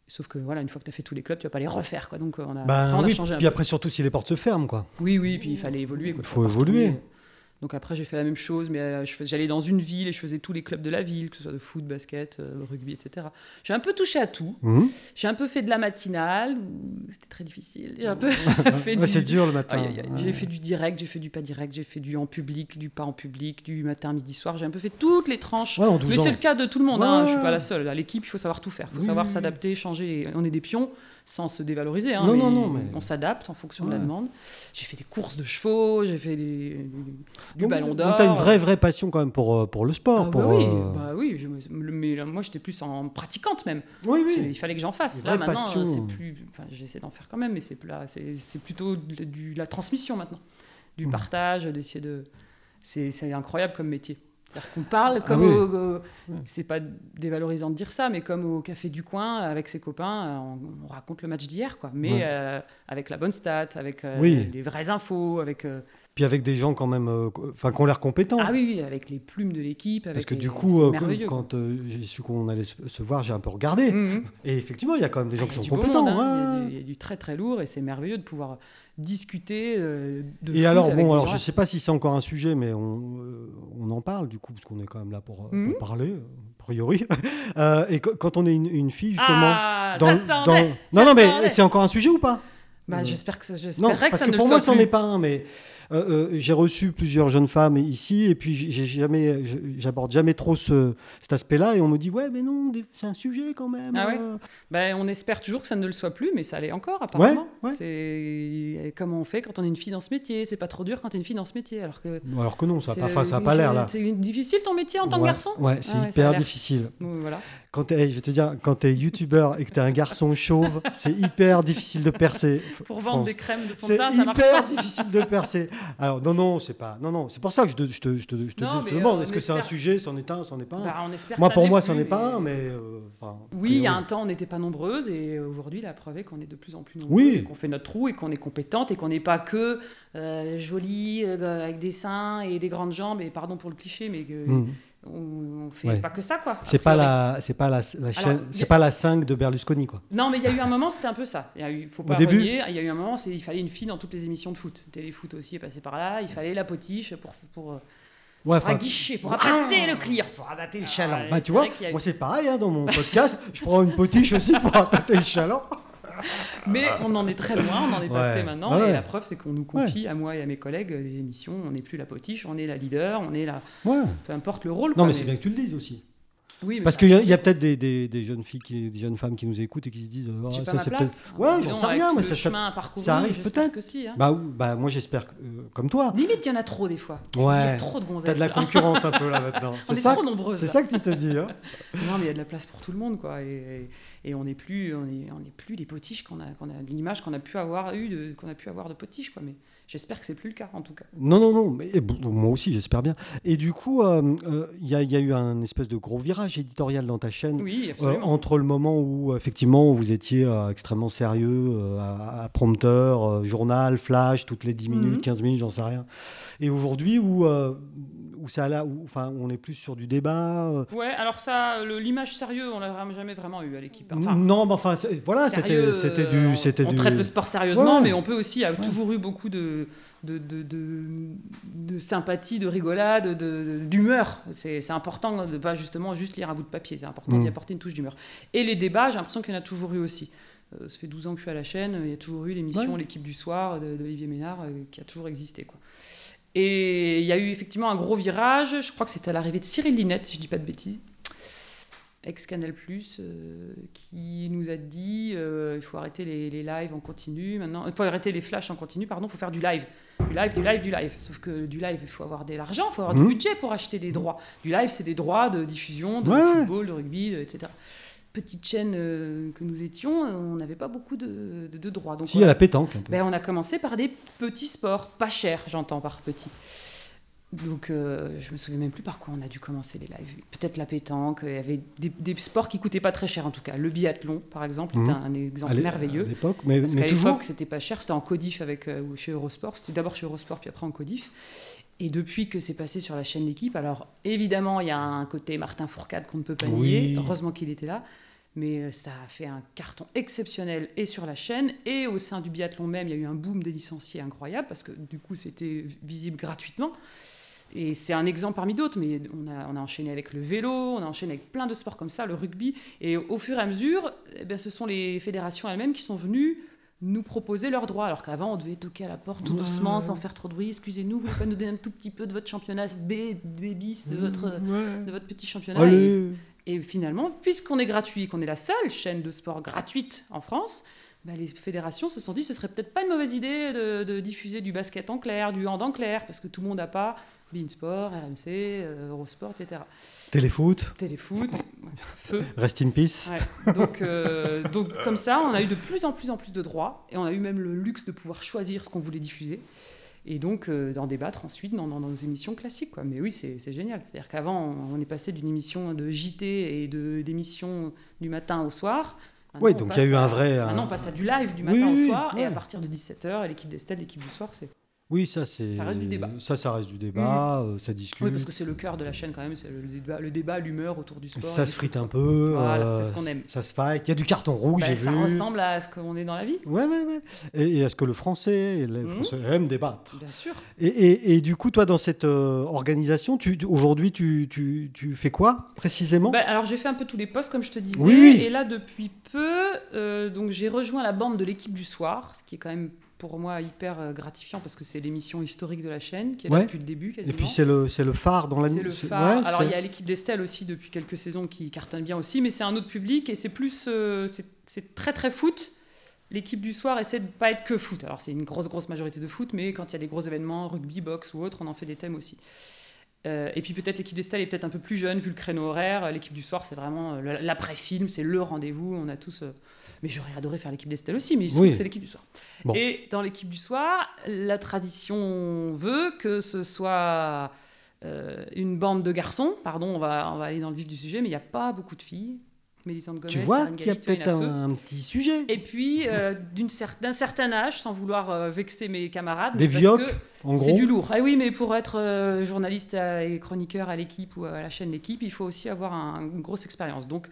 Sauf que voilà, une fois que tu as fait tous les clubs, tu vas pas les refaire, quoi. Donc euh, on a,
Ben
ça, on a
oui,
changé un
puis
peu.
après surtout si les portes se ferment quoi.
Oui, oui, puis il fallait évoluer. quoi.
Il faut
Partout,
évoluer.
mais- Donc après, j'ai fait la même chose, mais euh, je fais- j'allais dans une ville et je faisais tous les clubs de la ville, que ce soit de foot, basket, euh, rugby, etc. J'ai un peu touché à tout.
Hum.
J'ai un peu fait de la matinale, où c'était très difficile. J'ai un peu fait
Ouais,
du...
c'est dur le matin.
Aïe, aïe, aïe. J'ai
Ouais.
fait du direct, j'ai fait du pas direct, j'ai fait du en public, du pas en public, du matin, midi, soir. J'ai un peu fait toutes les tranches.
Ouais, en
Mais
12 ans.
c'est le cas de tout le monde, hein.
Ouais.
je suis pas la seule. À l'équipe, il faut savoir tout faire, il faut
Oui,
savoir
oui,
s'adapter, changer. On est des pions sans se dévaloriser. hein,
Non,
mais
non, non, mais-
On s'adapte en fonction de
Ouais.
la demande. J'ai fait des courses de chevaux, j'ai fait des- du
Donc-
ballon
donc
d'or.
t'as une vraie, vraie passion quand même pour, euh, pour le
Ah
sport.
bah
pour,
oui,
euh,
bah oui, je- mais là, moi j'étais plus en pratiquante même.
oui,
C'est-
oui.
Il fallait que j'en fasse.
Une
Là
vraie
maintenant,
passion.
euh, c'est plus. enfin, j'essaie d'en faire quand même, mais c'est plus là, c'est c'est plutôt de, du- la transmission maintenant, du
Mm.
partage, d'essayer de. C'est c'est incroyable comme métier. C'est-à-dire qu'on parle
Ah
comme
oui.
au- au-
Ouais.
c'est pas dévalorisant de dire ça, mais comme au café du coin avec ses copains, euh, on, on raconte le match d'hier, quoi. Mais
Ouais.
euh, avec la bonne stat, avec euh,
Oui.
les vraies infos, avec euh,
Puis avec des gens quand même, euh, qu- enfin, qui ont l'air compétents.
ah oui, oui, avec les plumes de l'équipe, avec
Parce que
les-
du
c'est
coup, euh,
merveilleux, quoi.
quand euh, j'ai su qu'on allait se se voir, j'ai un peu regardé.
Mhm.
Et effectivement, il y a quand même des gens
Ah,
qui
il y a
sont
du beau
compétents.
monde, hein. Il y a
ouais.
du- Il y a du très très lourd et c'est merveilleux de pouvoir discuter euh, de
Et
foot
alors,
avec
bon,
des
alors
gens.
je sais pas si c'est encore un sujet, mais on, euh, on en parle du coup, parce qu'on est quand même là pour, euh, pour
Mhm.
parler, euh, a priori. Euh, et qu- quand on est une, une fille, justement.
Ah,
dans-
j'attendais.
dans- Non, non, mais
j'attendais.
c'est encore un sujet ou pas
Bah,
Euh,
j'espère que ça-
Non,
j'espérais que
parce
ça
que
ne
pour
le
moi,
soit
c'en
plus.
est pas un, mais euh, euh, j'ai reçu plusieurs jeunes femmes ici, et puis j'ai j'ai jamais, je- j'aborde jamais trop ce, cet aspect-là, et on me dit, ouais, mais non, des- c'est un sujet quand même.
Ah ouais
euh.
Bah, on espère toujours que ça ne le soit plus, mais ça l'est encore apparemment.
ouais.
C'est comment on fait quand on est une fille dans ce métier. C'est pas trop dur quand t'es une fille dans ce métier, alors que.
Non, Alors que non, ça n'a
c'est-
pas, enfin, ça a pas l'air là.
C'est difficile ton métier en tant
Ouais,
que garçon.
Ouais, c'est
Ah ouais, ça a
hyper
l'air.
difficile.
Donc, voilà.
Quand t'es- je vais te dire, quand t'es youtubeur et que t'es un garçon chauve, c'est hyper difficile de percer. F-
Pour vendre
France.
des crèmes de fond
C'est
de teint, ça marche
hyper
pas.
difficile de percer. Alors non, non, c'est pas. Non, non, c'est pour ça que je te, je te, je te, je te
Non,
dis- je te
mais,
demande.
euh,
Est-ce
on
que c'est un
espère-
sujet, c'en est un, c'en est pas un.
Bah, on espère que
moi,
ça
pour
l'est
moi,
plus,
c'en est pas
mais-
un, mais. euh, enfin, a
Oui, il y a
priori.
un temps, on n'était pas nombreuses et aujourd'hui, la preuve est qu'on est de plus en plus nombreux,
Oui.
et qu'on fait notre trou et qu'on est compétente et qu'on n'est pas que euh, jolie euh, avec des seins et des grandes jambes. Et pardon pour le cliché, mais que
Hmm.
on, on fait
Ouais.
pas que ça, quoi. a
C'est pas
priori.
la, c'est pas la, la chaîne-
Alors,
c'est
y a-
pas la 5 de Berlusconi quoi.
Non, mais il y a eu un moment, c'était un peu ça. Il y a eu- faut
Au
pas
début.
renier, Il y a eu un moment, c'est il fallait une fille dans toutes les émissions de foot. Téléfoot aussi est passé par là. Il fallait la potiche pour pour, pour
Ouais,
Ah,
enfin, Ah
aguicher, pour appâter le client.
pour abattre le
chaland.
chaland. Bah
Ah, c'est
tu vois,
vrai qu'il y a eu-
moi c'est pareil hein, dans mon podcast, je prends une potiche aussi pour abattre le chaland.
Mais on en est très loin, on en est
Ah. Ouais.
passé maintenant.
Ouais.
Et la preuve, c'est qu'on nous confie, à moi et à mes collègues, euh, des émissions. On n'est plus la potiche, on est la leader, on est la.
Ouais.
Peu importe le rôle.
Non
quoi,
mais c'est bien que tu le dises aussi.
Oui, mais
Parce
ça-
qu'il y a, il y a peut-être des, des- des jeunes filles, qui, des jeunes femmes qui nous écoutent et qui se disent euh,
j'ai
Ah,
pas
ça
ma
c'est
place.
peut-être.
Ah,
Ouais,
dis
j'en
donc,
sais
avec
rien,
tout
mais ça-
le
ça-
chemin à parcourir,
ça arrive
j'espère
peut-être.
que si, hein.
Bah, ou- bah moi j'espère que, euh, comme toi.
Limite, il y en a trop des fois. Je me
Ouais.
dis, Il y a trop de gonzesses.
T'as de la
là.
concurrence un peu là maintenant.
On
C'est
est,
ça,
trop nombreuses.
c'est
là.
ça que tu te dis. Hein
Non, mais il y a de la place pour tout le monde, quoi. Et, et on n'est plus, on est, on est plus les potiches qu'on a, qu'on a l'image qu'on a pu avoir eu, de- qu'on a pu avoir de potiches, quoi. Mais j'espère que c'est plus le cas, en tout cas.
Non, non, non, mais, et b- moi aussi, j'espère bien. Et du coup, euh, euh, il y, a- il y a eu un espèce de gros virage éditorial dans ta chaîne.
Oui,
euh,
absolument.
entre le moment où, effectivement, vous étiez euh, extrêmement sérieux, euh, à, à prompteur, euh, journal, flash, toutes les 10 minutes,
Mhm.
15 minutes, j'en sais rien. Et aujourd'hui, où, euh, où, ça, là, où, enfin, où on est plus sur du débat. euh,
Ouais, alors ça, le- l'image sérieux, on l'a vraiment jamais vraiment eu à l'équipe. Enfin,
non, mais enfin, c'est- voilà, c'était
sérieux,
c'était
euh,
du.
on-
c'était
on
du...
traite le sport sérieusement,
Ouais.
mais on peut aussi, a toujours eu beaucoup de, de, de, de, de sympathie, de rigolade, de- de- d'humeur. C'est c'est important de pas justement juste lire un bout de papier, c'est important
Mm.
d'y apporter une touche d'humeur. Et les débats, j'ai l'impression qu'il y en a toujours eu aussi. Euh, ça fait 12 ans que je suis à la chaîne, il y a toujours eu l'émission
Ouais.
L'équipe du soir de- d'Olivier Ménard euh, qui a toujours existé. Quoi. Et il y a eu effectivement un gros virage, je crois que c'était à l'arrivée de Cyril Linette, si je dis pas de bêtises. ex-Canal+, euh, qui nous a dit euh, il faut arrêter les, les lives en continu, maintenant... Il faut arrêter les flashs en continu, pardon, il faut faire du live. Du live, du live, du live. Sauf que du live, il faut avoir de l'argent, il faut avoir
Mhm.
du budget pour acheter des droits. Du live, c'est des droits de diffusion, de
Ouais.
football, de rugby, de- etc. Petite chaîne euh, que nous étions, on n'avait pas beaucoup de, de- de droits. Donc
Si,
on
à
a-
la pétanque un peu.
ben, on a commencé par des petits sports, pas chers, j'entends par petits. Donc, euh, je me souviens même plus par quoi on a dû commencer les lives. Peut-être la pétanque, il y avait des, des sports qui coûtaient pas très cher en tout cas. Le biathlon, par exemple,
Mhm.
est un, un exemple
À l'é-
merveilleux.
À l'époque, mais,
Parce
mais
qu'à
toujours.
l'époque, c'était pas cher, c'était en Codif avec, euh, ou chez Eurosport. C'était d'abord chez Eurosport, puis après en Codif. Et depuis que c'est passé sur la chaîne L'équipe, alors évidemment, il y a un côté Martin Fourcade qu'on ne peut pas
Oui.
nier. Heureusement qu'il était là. Mais euh, ça a fait un carton exceptionnel et sur la chaîne et au sein du biathlon même, il y a eu un boom des licenciés incroyable parce que du coup, c'était visible gratuitement. Et c'est un exemple parmi d'autres, mais on a, on a enchaîné avec le vélo, on a enchaîné avec plein de sports comme ça, le rugby. Et au fur et à mesure, eh ben, ce sont les fédérations elles-mêmes qui sont venues nous proposer leurs droits. Alors qu'avant, on devait toquer à la porte tout
Ouais.
doucement, sans faire trop de bruit. Excusez-nous, vous voulez pas nous donner un tout petit peu de votre championnat B, B bis, de votre,
Ouais.
de votre petit championnat Et-
Mmh. Allez.
et finalement, puisqu'on est gratuit, qu'on est la seule chaîne de sport gratuite en France, bah, les fédérations se sont dit ce serait peut-être pas une mauvaise idée de, de diffuser du basket en clair, du hand en clair, parce que tout le monde n'a pas Beansport, RMC, euh, Eurosport, etc.
Téléfoot,
Téléfoot, feu.
Rest in Peace.
Ouais. Donc, euh, donc comme ça, on a eu de plus en plus en plus de droits et on a eu même le luxe de pouvoir choisir ce qu'on voulait diffuser et donc euh, d'en débattre ensuite dans, dans- dans nos émissions classiques. Quoi. Mais oui, c'est c'est génial. C'est-à-dire qu'avant, on, on est passé d'une émission de JT et de d'émission du matin au soir. Maintenant,
Oui,
on
donc il y a
passe
eu
à-
un vrai. un-
Maintenant, on passe à du live du
Oui,
matin au
oui,
soir et à
ouais.
partir de 17h, l'équipe d'Estelle, l'équipe du soir, c'est.
Oui, ça c'est.
Ça reste du débat. Mhm.
Ça, ça reste du débat, euh, ça discute.
Oui, parce que c'est le cœur de la chaîne quand même, c'est le débat, le débat, l'humeur autour du sport. et
ça
du
se frite un peu.
Voilà,
euh,
c'est ce qu'on aime.
Ça se fight. Il y a du carton rouge,
Bah,
j'ai
ça
vu.
ressemble à ce qu'on est dans la vie,
Ouais, ouais, ouais. Et, et à ce que le français, et les
Mhm.
français aiment débattre.
bien sûr.
Et, et- et du coup, toi, dans cette euh, organisation, tu, tu- aujourd'hui, tu, tu- tu fais quoi précisément
Bah, alors j'ai fait un peu tous les postes comme je te disais.
Oui, oui.
Et là depuis peu, euh, donc j'ai rejoint la bande de l'équipe du soir, ce qui est quand même pour moi hyper euh, gratifiant parce que c'est l'émission historique de la chaîne qui est
Ouais.
là depuis le début
Et
quasiment.
puis c'est le, c'est le phare dans la
C'est le
c'est-
phare.
ouais,
alors
c'est-
il y a l'équipe d'Estelle aussi depuis quelques saisons qui cartonne bien aussi, mais c'est un autre public et c'est plus euh, c'est- c'est très très foot. L'équipe du soir essaie de pas être que foot. Alors c'est une grosse grosse majorité de foot, mais quand il y a des gros événements, rugby, boxe ou autre, on en fait des thèmes aussi. Euh, et puis peut-être l'équipe d'Estelle est peut-être un peu plus jeune vu le créneau horaire. L'équipe du soir, c'est vraiment euh, le- l'après-film, c'est le rendez-vous. On a tous. euh, Mais j'aurais adoré faire l'équipe d'Estelle aussi, mais il se
Oui.
trouve que c'est l'équipe du soir.
Bon.
Et dans l'équipe du soir, la tradition veut que ce soit euh, une bande de garçons. Pardon, on va, on va aller dans le vif du sujet, mais il n'y a pas beaucoup de filles. Mélissande Gomez,
Tu vois
Karen
qu'il y a
Galli, tu vois, il
peut-être
y en a peu.
un, un petit sujet.
Et puis, euh, d'une cer- d'un certain âge, sans vouloir euh, vexer mes camarades,
Des
mais parce
vioques,
que-
En
c'est
gros,
du lourd. Ah oui, mais pour être euh, journaliste à- et chroniqueur à l'équipe ou à la chaîne L'équipe, il faut aussi avoir un- une grosse expérience. Donc,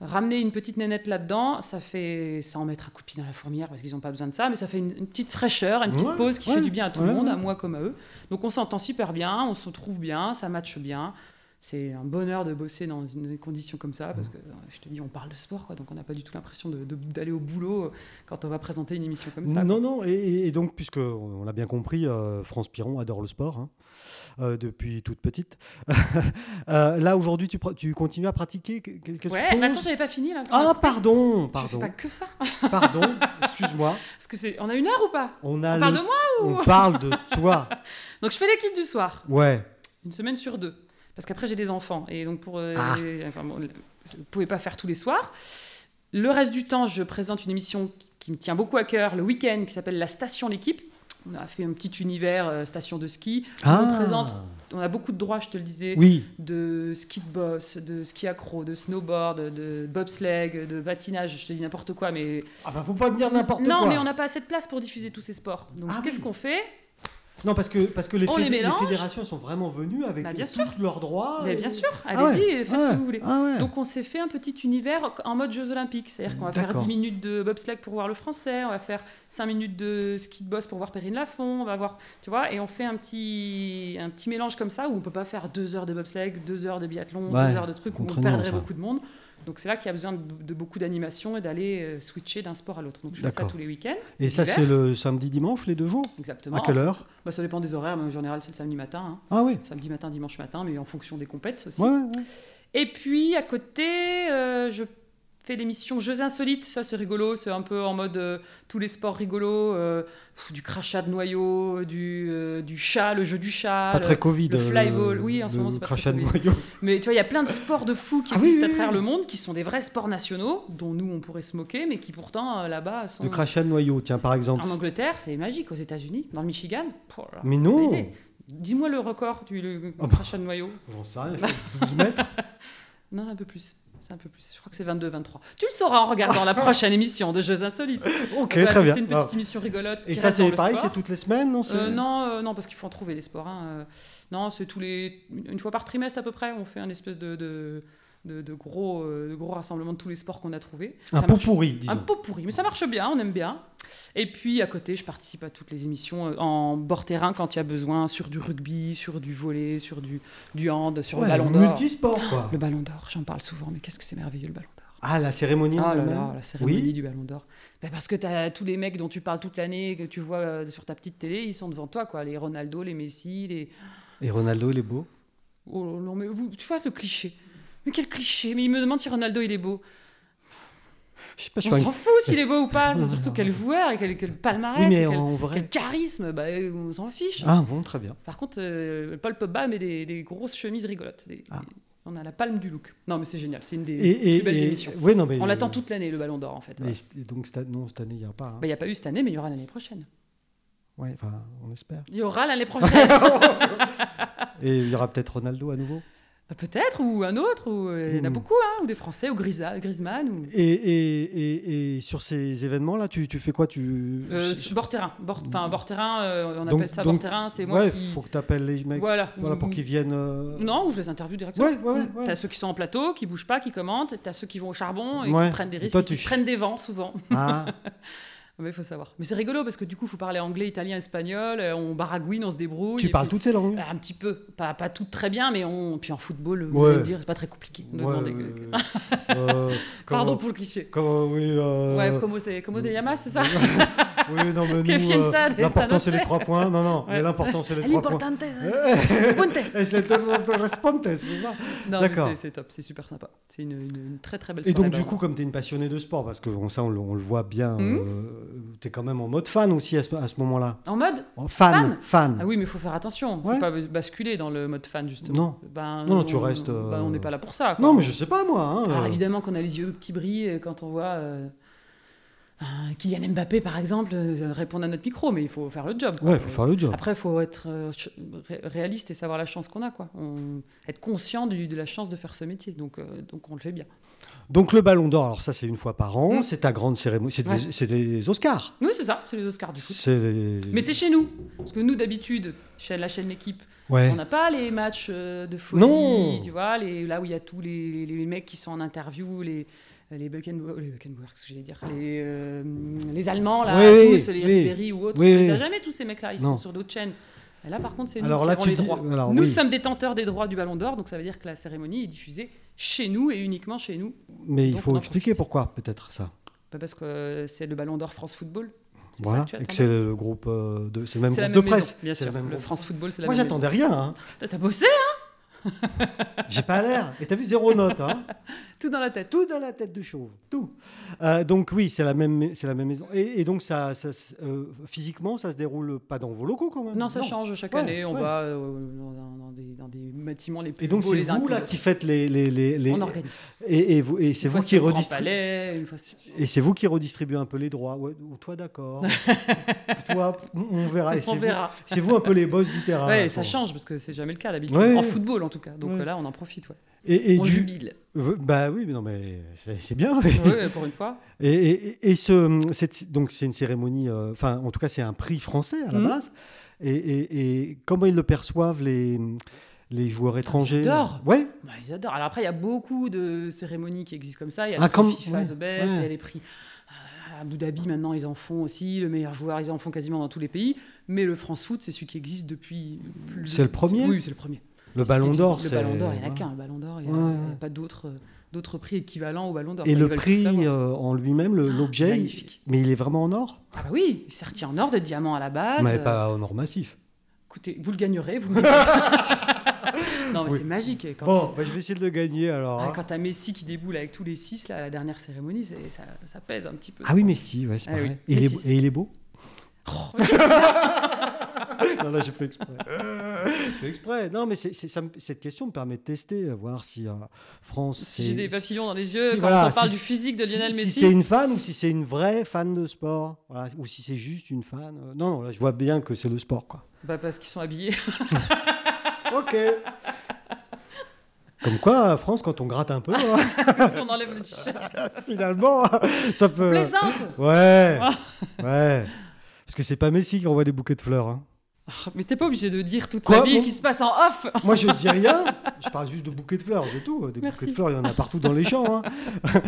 ramener une petite nénette là-dedans, ça fait sans mettre un coup de pied dans la fourmière parce qu'ils n'ont pas besoin de ça, mais ça fait une, une petite fraîcheur, une petite
Ouais,
pause qui
ouais,
fait du bien à tout
ouais,
le monde,
ouais.
à moi comme à eux. Donc, on s'entend super bien, on se trouve bien, ça matche bien. C'est un bonheur de bosser dans une condition comme ça parce que euh, je te dis, on parle de sport, quoi, donc on n'a pas du tout l'impression de- de- d'aller au boulot euh, quand on va présenter une émission comme ça.
Non, non, et- et, et donc, puisque on l'a bien compris, euh, France Piron adore le sport hein, euh, depuis toute petite. Euh, là, aujourd'hui, tu, pr- tu continues à pratiquer que- quelque
Ouais,
chose
mais attends, j'avais pas fini là.
Ah, pardon,
Je fais
pardon,
pas que ça.
pardon, excuse-moi.
Parce que c'est, on a une heure ou pas
On, a
On
le-
parle de moi
on parle de toi.
Donc je fais l'équipe du soir,
Ouais,
une semaine sur deux. Parce qu'après j'ai des enfants et donc pour, euh,
Ah.
les- enfin, bon, le- je ne pouvais pas faire tous les soirs. Le reste du temps, je présente une émission qui, qui me tient beaucoup à cœur le week-end qui s'appelle la Station l'équipe. On a fait un petit univers euh, station de ski.
Ah.
présente- On a beaucoup de droits, je te le disais,
oui,
de ski de boss, de ski accro, de snowboard, de bobsleigh, de patinage. Je te dis n'importe quoi, mais
ah bah, faut pas dire n'importe quoi.
non, mais on n'a pas assez de place pour diffuser tous ces sports. Donc
Ah
qu'est-ce
oui.
qu'on fait
Non, parce que, parce que les,
On les
fédé-
mélange.
fédérations sont vraiment venues avec
Bah, bien
tous leurs droits.
Mais
et-
bien sûr,
Ah ouais,
allez-y, et faites ce
ouais,
que vous voulez.
ah ouais.
Donc on s'est fait un petit univers en mode Jeux Olympiques, c'est-à-dire qu'on va faire
D'accord.
10 minutes de bobsleigh pour voir le français, on va faire 5 minutes de ski de boss pour voir Perrine Lafont, on va voir, tu vois, et on fait un petit, un petit mélange comme ça où on peut pas faire 2 heures de bobsleigh, 2 heures de biathlon, 2
Ouais,
heures de trucs où on
contraignant,
perdrait
ça.
beaucoup de monde. Donc c'est là qu'il y a besoin de, de beaucoup d'animation et d'aller euh, switcher d'un sport à l'autre. Donc je fais ça
D'accord.
tous les week-ends.
Et ça,
d'hiver.
c'est le samedi, dimanche, les deux jours
Exactement.
À quelle heure
Bah, Ça dépend des horaires, mais en général c'est le samedi matin. hein.
Ah oui.
Samedi matin, dimanche matin, mais en fonction des compètes aussi.
Ouais, ouais, ouais.
Et puis à côté, euh, je fais l'émission Jeux insolites. Ça c'est rigolo, c'est un peu en mode euh, tous les sports rigolos, euh, pff, du crachat de noyau, du, euh, du chat, le jeu du chat.
Pas
Ah, le-
très Covid.
le
euh,
flyball. Oui, en ce
le
moment, c'est pas très
crachat de
Covid.
noyau.
Mais tu vois, il y a plein de sports de fous qui
Ah oui,
existent
oui,
à travers
oui.
le monde, qui sont des vrais sports nationaux, dont nous on pourrait se moquer, mais qui pourtant euh, là-bas sont.
Le crachat de noyau, tiens, par exemple.
En Angleterre, c'est magique. Aux États-Unis, dans le Michigan. oh là là,
Mais non
pas idée. Dis-moi le record du le
Ah bah.
crachat de noyau.
J'en sais rien, je fais 12 mètres.
Non, un peu plus. C'est un peu plus. Je crois que c'est 22-23. Tu le sauras en regardant la prochaine émission de Jeux Insolites.
Ok,
Voilà,
très
bah, c'est-
bien.
C'est une
Alors,
petite émission rigolote.
Et
qui
ça,
reste dans
c'est
le
pareil,
sport.
c'est toutes les semaines Non,
Euh,
c'est-
non, euh, non, parce qu'il faut en trouver des sports. hein, euh. non, c'est tous les une fois par trimestre à peu près, on fait un espèce de de, de- de gros euh, de gros rassemblement de tous les sports qu'on a trouvés.
Un
Ça
pot
marche-
pourri,
un
disons.
pot pourri, mais ça marche bien, on aime bien. Et puis à côté, je participe à toutes les émissions euh, en bord terrain quand il y a besoin, sur du rugby, sur du volley, sur du du hand, sur
Ouais,
le ballon d'or.
multisport, quoi.
Le ballon d'or, j'en parle souvent, mais qu'est-ce que c'est merveilleux le ballon d'or.
Ah, la cérémonie
Ah
en
là
elle-même.
là, la cérémonie
Oui.
du Ballon d'Or. Ben parce que tu as tous les mecs dont tu parles toute l'année, que tu vois euh, sur ta petite télé, ils sont devant toi, quoi. Les Ronaldo, les Messi, les.
Et Ronaldo, il est beau.
Oh là là, mais vous, tu vois le cliché. Mais quel cliché Mais il me demande si Ronaldo il est beau.
Je sais pas, je
On
suis
s'en
un...
fout s'il est beau ou pas. C'est surtout quel joueur et quel, quel palmarès,
Oui, mais
et Ah, quel,
en vrai.
quel charisme. Bah, euh, on s'en fiche.
Ah, bon, très bien.
Par contre, euh, Paul Pogba met des, des grosses chemises rigolotes. Des-
Ah.
des- on a la palme du look. Non, mais c'est génial. C'est une des
Et, et,
plus belles
et-
émissions.
ouais, non, mais,
On l'attend
euh,
toute l'année, le Ballon d'Or, en fait. Bah,
Mais c'était- donc, cette- non, cette année, il n'y a pas. hein.
Il n'y a pas eu cette année, mais il y aura l'année prochaine.
Ouais, enfin, on espère.
Il y aura l'année prochaine.
Et il y aura peut-être Ronaldo à nouveau.
Bah, Peut-être, ou un autre, ou euh, il y en a
Mm.
beaucoup, hein, ou des Français, ou Grisa, Griezmann, ou...
Et, et, et, et sur ces événements-là, tu, tu fais quoi tu...
Euh,
sur-
bord terrain. Bord- Enfin, bord terrain, euh, on
Hmm. Donc-
appelle ça
donc,
bord terrain, c'est moi
Ouais,
qui...
faut que tu appelles les mecs
Voilà.
voilà, pour
Ou-
qu'ils viennent. euh,
Non, ou je les interviewe directement. Hmm.
Ouais, ouais, ouais. ouais.
T'as ceux qui sont en plateau, qui bougent pas, qui commentent, t'as ceux qui vont au charbon et
Ouais.
qui prennent des
Et
risques,
toi,
et qui
tu-
se prennent des vents souvent.
Ah,
Mais il faut savoir. Mais c'est rigolo parce que du coup, il faut parler anglais, italien, espagnol, euh, on baragouine, on se débrouille.
tu
et
parles
puis-
toutes ces langues
Ah, Un petit peu, pas, pas toutes très bien, mais on. Puis en football, vous
Ouais.
allez me dire, c'est pas très compliqué. de
Ouais,
demander-
euh, euh,
Pardon
comment-
pour le cliché.
Comment, oui, euh,
Ouais, como, c'est, como te llamas, c'est ça
oui, non, mais
Que
nous,
fiel
euh,
ça, des
l'important c'est les
Stanochais.
trois points. Non, non, mais
Ouais.
l'important c'est les trois points.
L'importante, hein, c'est
Eh,
Pontes.
eh, c'est les responses, c'est ça.
Non, mais
D'accord.
c'est, c'est top, c'est super sympa. C'est une, une- une très très belle
Et
soirée.
donc, du
vraiment.
coup, comme tu es une passionnée de sport, parce que on- ça, on, le- on le voit bien,
Mhm.
tu es quand même en mode fan aussi à ce, à ce moment-là.
En mode
Oh, Fan, fan.
Ah oui, mais il faut faire attention. Faut
Ouais.
pas basculer dans le mode fan, justement. Ben,
Non, non, tu
on-
restes, euh,
ben, on n'est pas là pour ça. quoi.
Non, mais je sais pas, moi. hein,
Alors
euh,
Ah, évidemment qu'on a les yeux qui brillent euh, quand on voit euh, un Kylian Mbappé, par exemple, euh, répondre à notre micro, mais il faut faire le job. quoi.
Ouais, faut faire le job.
Après, il faut être euh, ch- ré- réaliste et savoir la chance qu'on a, quoi. On- être conscient du- de la chance de faire ce métier. Donc, euh, donc on le fait bien.
Donc, le Ballon d'Or, alors ça, c'est une fois par an,
Mhm.
c'est ta grande cérémonie, c'est des-
Ouais.
c'est des Oscars.
Oui, c'est ça, c'est les Oscars du foot.
C'est les-
Mais c'est chez nous. Parce que nous, d'habitude, chez la chaîne L'équipe,
Ouais.
on n'a pas les matchs euh, de folie.
Non.
Tu vois, les, là où il y a tous les, les- les mecs qui sont en interview, les, les Buckenberg, les Buckenberg, ce que j'allais dire, les, euh, les Allemands, là,
Oui, oui,
tous, les
oui.
Ribéry ou autres.
Oui,
on les a
oui.
jamais tous ces mecs-là. Ils
Non.
sont sur d'autres chaînes. Et là, par contre, c'est nous
Alors
qui
là,
avons
tu
les
dis-
droits.
alors,
nous
oui.
sommes détenteurs des droits du Ballon d'Or, donc ça veut dire que la cérémonie est diffusée chez nous et uniquement chez nous.
Mais il
Donc,
faut
on en
expliquer
profite.
pourquoi, peut-être, ça.
Pas parce que euh, c'est le Ballon d'Or France Football. C'est ça
Voilà.
que tu
Et que
attendais
c'est le groupe euh, de, c'est le même groupe
C'est la
de
même
presse.
maison, bien
C'est
sûr.
le même
Le
groupe.
France Football, c'est la
Moi,
même maison.
j'attendais rien. hein.
Toi, T'as bossé
J'ai pas l'air. Et t'as vu zéro note. Hein.
Tout dans la tête.
Tout dans la tête de chauve. Tout. Euh, donc oui, c'est la même, c'est la même maison. Et, et donc ça, ça se- euh, physiquement, ça se déroule pas dans vos locaux quand même.
Non, ça change chaque
Ouais,
année. On
ouais.
va euh, dans, dans- dans des, dans des bâtiments les plus
Et donc
beaux
c'est
les uns
vous
que les
là
autres.
qui faites les, les, les, les-
On organise.
et, et vous et c'est
Une fois,
vous qui
au Grand
redistribuez
Palais, une fois, c'était-
et c'est vous qui redistribuez un peu les droits. Ouais, ou toi d'accord. toi, on verra. Ah, Et c'est
on
vous-
verra.
C'est vous un peu les boss du terrain.
ouais,
à ce
ça
moment.
change parce que c'est jamais le cas d'habitude.
Ouais.
En football en tout cas. Donc
Ouais.
euh, là, on en profite. ouais.
Et, et
on
du-
jubile.
Euh, Bah oui, mais non, mais c'est c'est bien. oui.
Ouais, pour une fois.
Et, et- et ce, cette- donc c'est une cérémonie, euh, enfin en tout cas c'est un prix français à la
Mhm.
base. Et, et- et comment ils le perçoivent les, les joueurs étrangers
Ah, adorent.
Ouais,
Bah, ils adorent. Alors après, il y a beaucoup de cérémonies qui existent comme ça. Il y a
Ah,
le prix
comme-
FIFA
ouais,
The Best,
ouais.
il y a les prix. À Abu Dhabi, maintenant, ils en font aussi. Le meilleur joueur, ils en font quasiment dans tous les pays. Mais le France Foot, c'est celui qui existe depuis. plus-
C'est le premier
Oui, c'est le premier.
le ballon d'or,
Le
c'est.
ballon d'or, il n'y en a
ouais.
qu'un. Le ballon d'or, il n'y
Ouais,
a, il y a
ouais.
pas d'autres. euh, d'autres prix équivalents au Ballon d'Or.
Et
Enfin,
le
ils veulent tout
prix
savoir.
euh, en lui-même, le- l'objet,
magnifique.
mais il est vraiment en or
Ah bah oui, il est sorti en or de diamant à la base.
euh, Mais
Euh,
pas en or massif.
Écoutez, vous le gagnerez, vous me direz. non, mais
Oui.
c'est magique. hein, Quand
Bon, bah, je vais essayer de le gagner alors.
Ah,
hein.
quand t'as Messi qui déboule avec tous les six là, à la dernière cérémonie, c'est- ça, ça pèse un petit peu.
Ah oui, mais si, ouais, c'est
Ah
pareil.
oui,
Et, il est,
Messi.
et il est beau
Oh,
Non, là, j'ai fait exprès. J'ai fait exprès. Non, mais c'est- c'est- ça me- cette question me permet de tester, euh, voir si euh, France.
si
c'est-
j'ai des papillons dans les
si-
yeux quand
voilà,
on parle
si-
du physique de
si-
Lionel
si,
Messi.
c'est une fan ou si c'est une vraie fan de sport, Voilà, ou si c'est juste une fan. euh, Non, non, là, je vois bien que c'est le sport, quoi.
Bah parce qu'ils sont habillés.
Ok. Comme quoi, à France, quand on gratte un peu, hein,
on enlève le t-shirt.
Euh, finalement, ça peut.
Plaisante.
Ouais. Ouais. Parce que c'est pas Messi qui envoie des bouquets de fleurs. hein.
Ah, Mais t'es pas obligé de dire toute
Quoi,
la vie
bon
qui se passe en off.
Moi, je dis rien. Je parle juste de bouquets de fleurs, c'est tout. Des
Merci.
bouquets de fleurs, il y en a partout dans les champs. hein.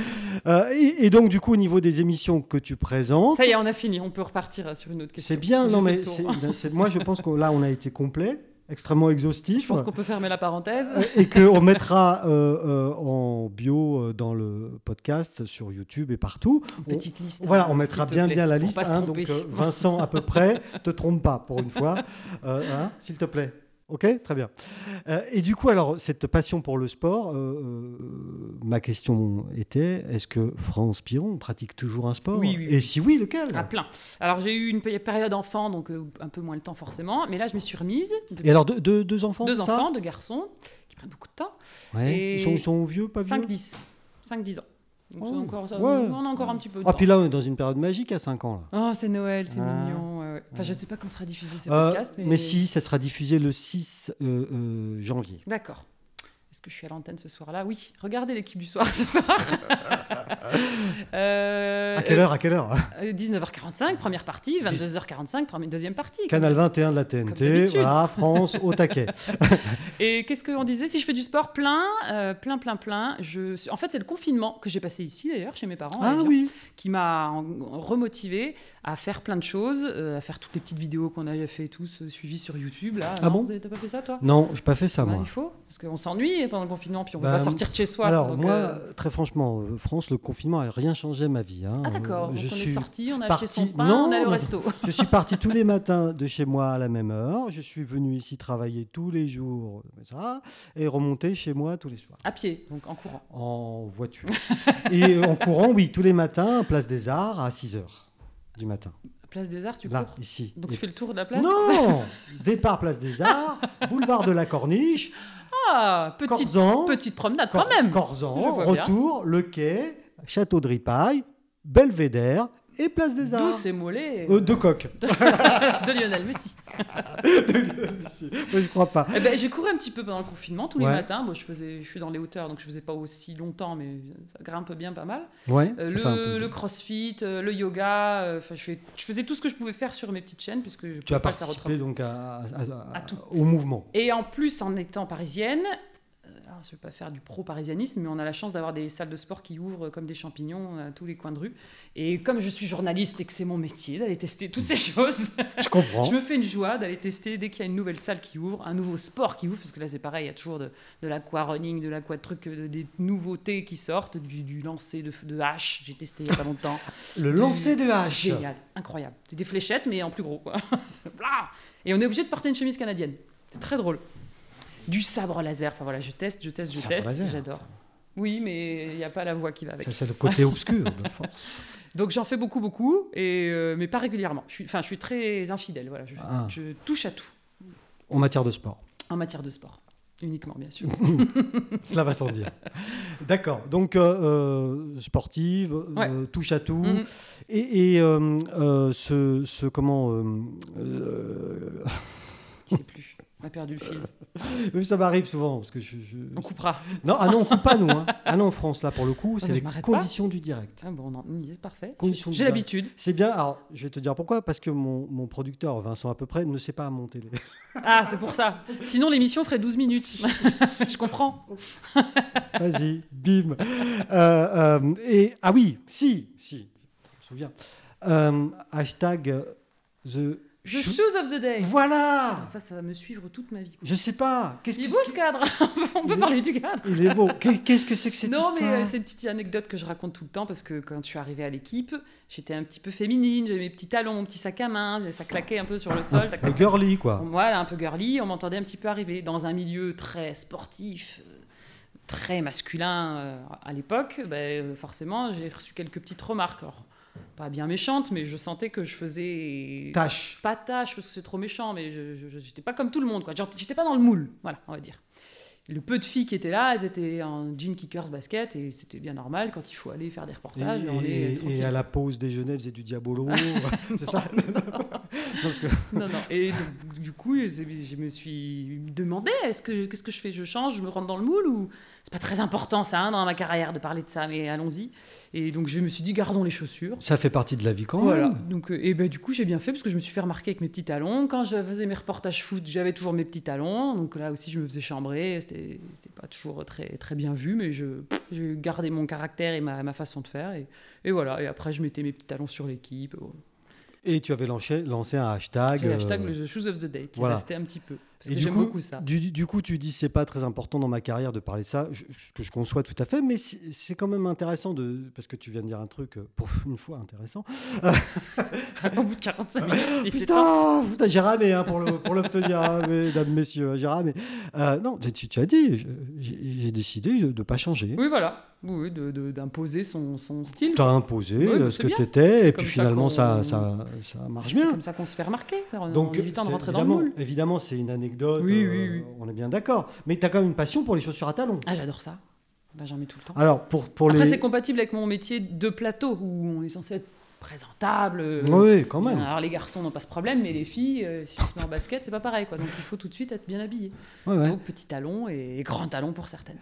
Euh, et, et donc, du coup, au niveau des émissions que tu présentes,
Ça y est, on a fini. On peut repartir euh, sur une autre question.
c'est bien.
J'ai
Non,
fait
mais
le tour.
c'est- ben, c'est- moi, je pense que là, on a été complet, extrêmement exhaustif.
Je pense qu'on peut fermer la parenthèse.
Euh, et qu'on mettra euh, euh, en bio euh, dans le podcast, sur YouTube et partout.
Une
On-
petite liste.
Voilà,
hein,
on mettra
s'il te
bien
plaît,
bien la
pour
liste.
pas se
hein,
tromper.
donc euh, Vincent à peu près, te trompe pas pour une fois, Euh, hein, s'il te plaît. Ok, très bien. Euh, et du coup, alors cette passion pour le sport, euh, euh, ma question était est-ce que France Piron pratique toujours un sport
Oui, Ah, oui,
Et
oui.
si oui, lequel
À plein. Alors j'ai eu une p- période enfant, donc euh, un peu moins le temps forcément, mais là je me suis remise.
Et alors deux, deux- deux enfants,
deux
c'est ça
enfants, deux garçons, qui prennent beaucoup de temps.
Ouais.
et-
Ils, sont, ils sont vieux, pas vieux
5-10. 5-10 ans. Donc c'est
Oh,
encore, ça-
ouais.
On a encore un petit peu de
Ah
temps.
puis là, on est dans une période magique à 5 ans. là.
Oh, c'est Noël, c'est
Ah.
mignon. ouais, ouais. Enfin, je ne sais pas quand sera diffusé ce
Euh,
podcast, mais...
mais... si, ça sera diffusé le 6 euh, euh, janvier.
D'accord. Est-ce que je suis à l'antenne ce soir-là Oui, regardez l'équipe du soir ce soir. Euh,
à quelle heure À quelle heure
euh, 19h45, première partie, 22h45, premi- deuxième partie.
Canal 21 de la
Comme
TNT,
d'habitude.
voilà, France au taquet.
Et qu'est-ce qu'on disait Si je fais du sport plein, euh, plein, plein, plein, je... suis- en fait, c'est le confinement que j'ai passé ici, d'ailleurs, chez mes parents. à
Ah
Evian.
oui,
qui m'a en- remotivée à faire plein de choses, euh, à faire toutes les petites vidéos qu'on a fait tous euh, suivies sur YouTube. Là.
Ah
Non,
bon
T'as pas fait ça, toi
non, j'ai pas fait ça
Bah,
moi.
Il faut, parce qu'on s'ennuie pendant le confinement, puis on ne
Bah,
peut pas sortir de chez soi.
Alors
donc,
moi,
euh,
très franchement, euh, France, le confinement a rien changé à ma vie. hein.
Ah d'accord,
Euh,
donc
Je
on
suis,
est sorti, on a acheté son
parti-
pain,
Non,
on est allé au
non.
resto.
je suis parti tous les matins de chez moi à la même heure. Je suis venu ici travailler tous les jours, comme ça, et remonter chez moi tous les soirs.
À pied, donc en courant.
En voiture. et euh, en courant, oui, tous les matins, place des Arts à 6 heures du matin.
Place des Arts, tu
Là,
cours
ici.
Donc
Et-
tu fais le tour de la place
Non Départ place des Arts, boulevard de la Corniche,
Ah, petite,
Corzan,
petite promenade
Cor-
quand même
Corzan,
Je vois
retour, le quai, château de Ripaille, Belvédère et place des Arts.
D'où ces mollets
Euh, de coq.
euh, de Lionel Messi.
je crois pas.
Eh ben, j'ai couru un petit peu pendant le confinement tous
Ouais.
les matins. Bon, je, faisais, je suis dans les hauteurs, donc je faisais pas aussi longtemps, mais ça grimpe bien pas mal.
Ouais.
Euh,
ça fait un
le,
peu-
le crossfit, euh, le yoga, euh, enfin, je, fais- je faisais tout ce que je pouvais faire sur mes petites chaînes, puisque je ne
Tu as
pouvais pas le faire
participé
autrement.
donc à, à- à-
À tout.
au mouvement.
Et en plus, en étant parisienne, euh, alors, je ne vais pas faire du pro-parisianisme, mais on a la chance d'avoir des salles de sport qui ouvrent euh, comme des champignons à tous les coins de rue. Et comme je suis journaliste et que c'est mon métier d'aller tester toutes ces choses,
Je comprends.
Je me fais une joie d'aller tester dès qu'il y a une nouvelle salle qui ouvre, un nouveau sport qui ouvre, parce que là c'est pareil, il y a toujours de, de l'aquarunning, de l'aquatruc, euh, des nouveautés qui sortent, du, du lancer de, de hache, j'ai testé il n'y a pas longtemps.
Le lancer de
C'est
hache.
Génial, incroyable. C'est des fléchettes mais en plus gros quoi. Blah Et on est obligé de porter une chemise canadienne, c'est très drôle. Du sabre laser, enfin voilà, je teste, je teste, je
Sabre
teste,
laser,
j'adore.
ça.
Oui, mais il n'y a pas la voix qui va avec.
Ça, c'est le côté obscur de force.
Donc j'en fais beaucoup, beaucoup, et, euh, mais pas régulièrement. Je suis, enfin, je suis très infidèle, voilà. Je-
Ah.
je touche à tout.
En matière de sport.
En matière de sport, uniquement bien sûr.
Cela va sans dire. D'accord. Donc, euh, euh, sportive, euh, touche à tout.
Mhm.
Et, et, euh, euh, ce, ce- Comment. euh, euh,
Je sais plus. On a perdu le fil.
mais ça m'arrive souvent, parce que je. je-
On coupera.
Non, ah non, on coupe pas nous. hein. Ah non, en France, là, pour le coup, c'est
mais bah, je
les
m'arrête pas.
conditions du direct.
Ah bon, non, oui, c'est parfait.
Conditions
J'ai
de-
l'habitude.
C'est bien, alors je vais te dire pourquoi, parce que mon, mon producteur, Vincent à peu près, ne sait pas monter les.
Ah, c'est pour ça. Sinon, l'émission ferait 12 minutes. Je comprends.
Vas-y, bim. Euh, euh, et, ah oui, si, si, je me souviens. Euh, hashtag euh, The
The Shoes of the Day. Ah,
Voilà
Eh. Ça, ça va me suivre toute ma vie. quoi.
Je sais pas. Qu'est-ce
Il est
qu'est-ce
beau ce cadre. On
Il
peut
est-
parler du cadre.
Il est beau. Qu'est- Qu'est-ce que c'est que cette
Non, mais
histoire
euh, c'est une petite anecdote que je raconte tout le temps parce que quand je suis arrivée à l'équipe, j'étais un petit peu féminine, j'avais mes petits talons, mon petit sac à main, ça claquait un peu sur le sol. tac,
Les
tac,
girly, quoi.
Voilà, un peu girly, on m'entendait un petit peu arriver dans un milieu très sportif, euh, très masculin euh, à l'époque. ben, euh, forcément, j'ai reçu quelques petites remarques. Alors, pas bien méchantes, mais je sentais que je faisais
Tâche.
pas tâche parce que c'est trop méchant, mais je- je- je- j'étais pas comme tout le monde, quoi. Genre, J'étais pas dans le moule, voilà, on va dire. Le peu de filles qui étaient là, elles étaient en jean kickers basket et c'était bien normal quand il faut aller faire des
Et,
reportages. on
et-
est euh,
et
tranquille.
à la pause déjeuner, elle faisait du diabolo. c'est ça Non, parce que-
Non, non. Et donc, du coup, je je me suis demandé est-ce que qu'est-ce que je fais Je change, je me rentre dans le moule ou c'est pas très important ça hein, dans ma carrière de parler de ça, mais allons-y. Et donc je me suis dit gardons les chaussures.
Ça fait partie de la vie quand
Voilà.
même.
Donc, euh, et ben, du coup, j'ai bien fait parce que je me suis fait remarquer avec mes petits talons. Quand je faisais mes reportages foot, j'avais toujours mes petits talons. Donc là aussi, je me faisais chambrer. C'était c'était pas toujours très, très bien vu, mais je, je gardais mon caractère et ma, ma façon de faire. Et, et voilà. Et après, je mettais mes petits talons sur l'équipe.
Et tu avais lancé, lancé un hashtag.
J'ai hashtag
euh,
le The Shoes of the Day qui
voilà.
restait un petit peu. Parce
Et
que
du
j'aime
coup-
beaucoup ça.
Du, du coup, tu dis c'est pas très important dans ma carrière de parler de ça, je- ce que je conçois tout à fait, mais c'est c'est quand même intéressant de parce que tu viens de dire un truc euh, pour une fois intéressant.
Au bout de 45 minutes, il était temps.
Putain, putain, j'ai ramé hein, pour le- pour l'obtenir, hein, mesdames, messieurs, j'ai ramé. Euh, non, tu, tu as dit, je- j'ai j'ai décidé de ne pas changer.
Oui, voilà. Oui, oui, de- de- d'imposer son, son style.
Tu as imposé
Oui,
euh,
mais
ce
c'est
que
bien.
tu étais, et
comme
puis
ça
finalement ça,
qu'on-
ça, ça marche
C'est
bien.
comme ça qu'on se fait remarquer, en,
Donc,
en évitant de
c'est-
rentrer dans le
évidemment,
moule.
évidemment, c'est une anecdote, euh,
Oui, oui, oui.
on est bien d'accord. Mais tu as quand même une passion pour les chaussures à talons.
Ah, j'adore ça. Ben, J'en mets tout le temps.
Alors, pour, pour
Après,
les.
c'est compatible avec mon métier de plateau où on est censé être présentable. euh,
Oui, quand même.
Alors, les garçons n'ont pas ce problème, mais les filles, euh, si on se met en basket, c'est pas pareil. Quoi. Donc, il faut tout de suite être bien habillé.
Ouais, ouais.
Donc, petits talons et, et grands talons pour certaines.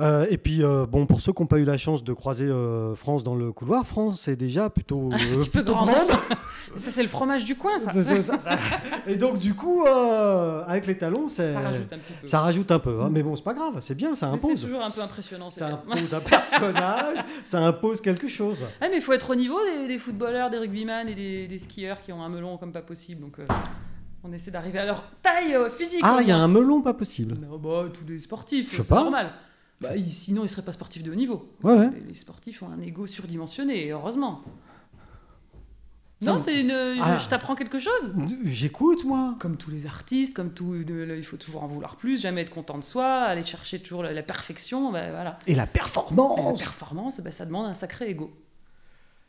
Euh, et puis, euh, bon, pour ceux qui n'ont pas eu la chance de croiser euh, France dans le couloir, France est déjà plutôt,
Un
euh,
petit peu
plutôt
grand.
grande.
ça, c'est le fromage du coin, ça.
Ça, ça, ça, ça. Et donc, du coup, euh, avec les talons, c'est-
Ça rajoute un petit peu.
ça rajoute un peu. hein. Mais bon, c'est pas grave, c'est bien, ça
Mais c'est
impose.
toujours un peu impressionnant. c'est
Ça
bien.
impose un personnage, ça impose quelque chose.
Ah, mais il faut être au niveau des, des footballeurs, des rugbyman et des, des skieurs qui ont un melon comme pas possible. Donc, euh, on essaie d'arriver à leur taille euh, physique.
Ah,
au
il y a
moins.
un melon pas possible.
Non, bah, tous les sportifs,
Je sais
c'est
pas.
normal. Bah, ils- sinon, ils seraient pas sportifs de haut niveau.
Ouais, ouais.
Les, les sportifs ont un ego surdimensionné, et heureusement.
Ça
non,
me-
c'est une, une-
Ah.
je t'apprends quelque chose.
J'écoute, moi.
Comme tous les artistes, comme tout, de- le- il faut toujours en vouloir plus, jamais être content de soi, aller chercher toujours la, la perfection, bah, voilà.
Et la
Et la
performance.
performance, bah, ça demande un sacré ego.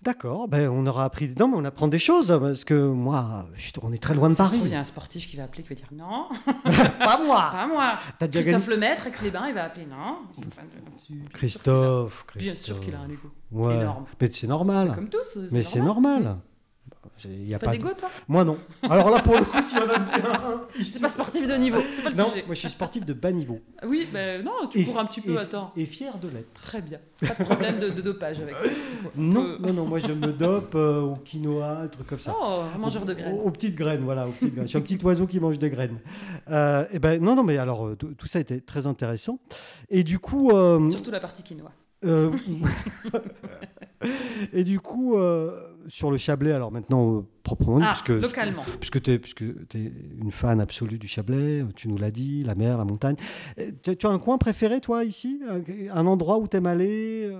D'accord, ben on aura appris. Non, mais on apprend des choses parce que moi, je suis- on est très loin de
Ça se trouve, il y
Paris. Ah.
a un sportif qui va appeler, qui va dire non,
Pas moi.
pas moi.
T'as déjà
Christophe
gagné.
Lemaître, Aix-les-Bains, il va appeler non.
Christophe, Christophe.
Bien sûr qu'il a un ego.
Ouais.
énorme.
Mais c'est normal.
Comme tous.
Mais c'est normal. J'ai- Y a
Pas
pas de-
d'ego, toi
Moi non. Alors là pour le coup, s'il y en a bien un ici-
C'est pas sportif de niveau, c'est pas le
Non,
sujet.
moi je suis sportif de bas niveau.
Oui, ben non, tu
Et-
cours un petit peu,
et-
attends.
Et fier de l'être.
Très bien. Pas de problème de, de dopage avec ça.
Non,
Euh.
non, non, moi je me dope euh, au quinoa, un truc comme ça.
Oh, un mangeur de graines.
Aux, aux petites graines, voilà, aux petites graines. Je suis un petit oiseau qui mange des graines. Euh, eh ben, non, non, mais alors, euh, tout tout ça était très intéressant. Et du coup, euh,
Surtout la partie quinoa.
Euh, et du coup, euh, sur le Chablais, alors maintenant, euh, proprement dit,
Ah,
puisque,
localement.
puisque tu es, une fan absolue du Chablais, euh, tu nous l'as dit, la mer, la montagne. Euh, Tu, tu as un coin préféré, toi, ici Un- Un endroit où t'aimes aller euh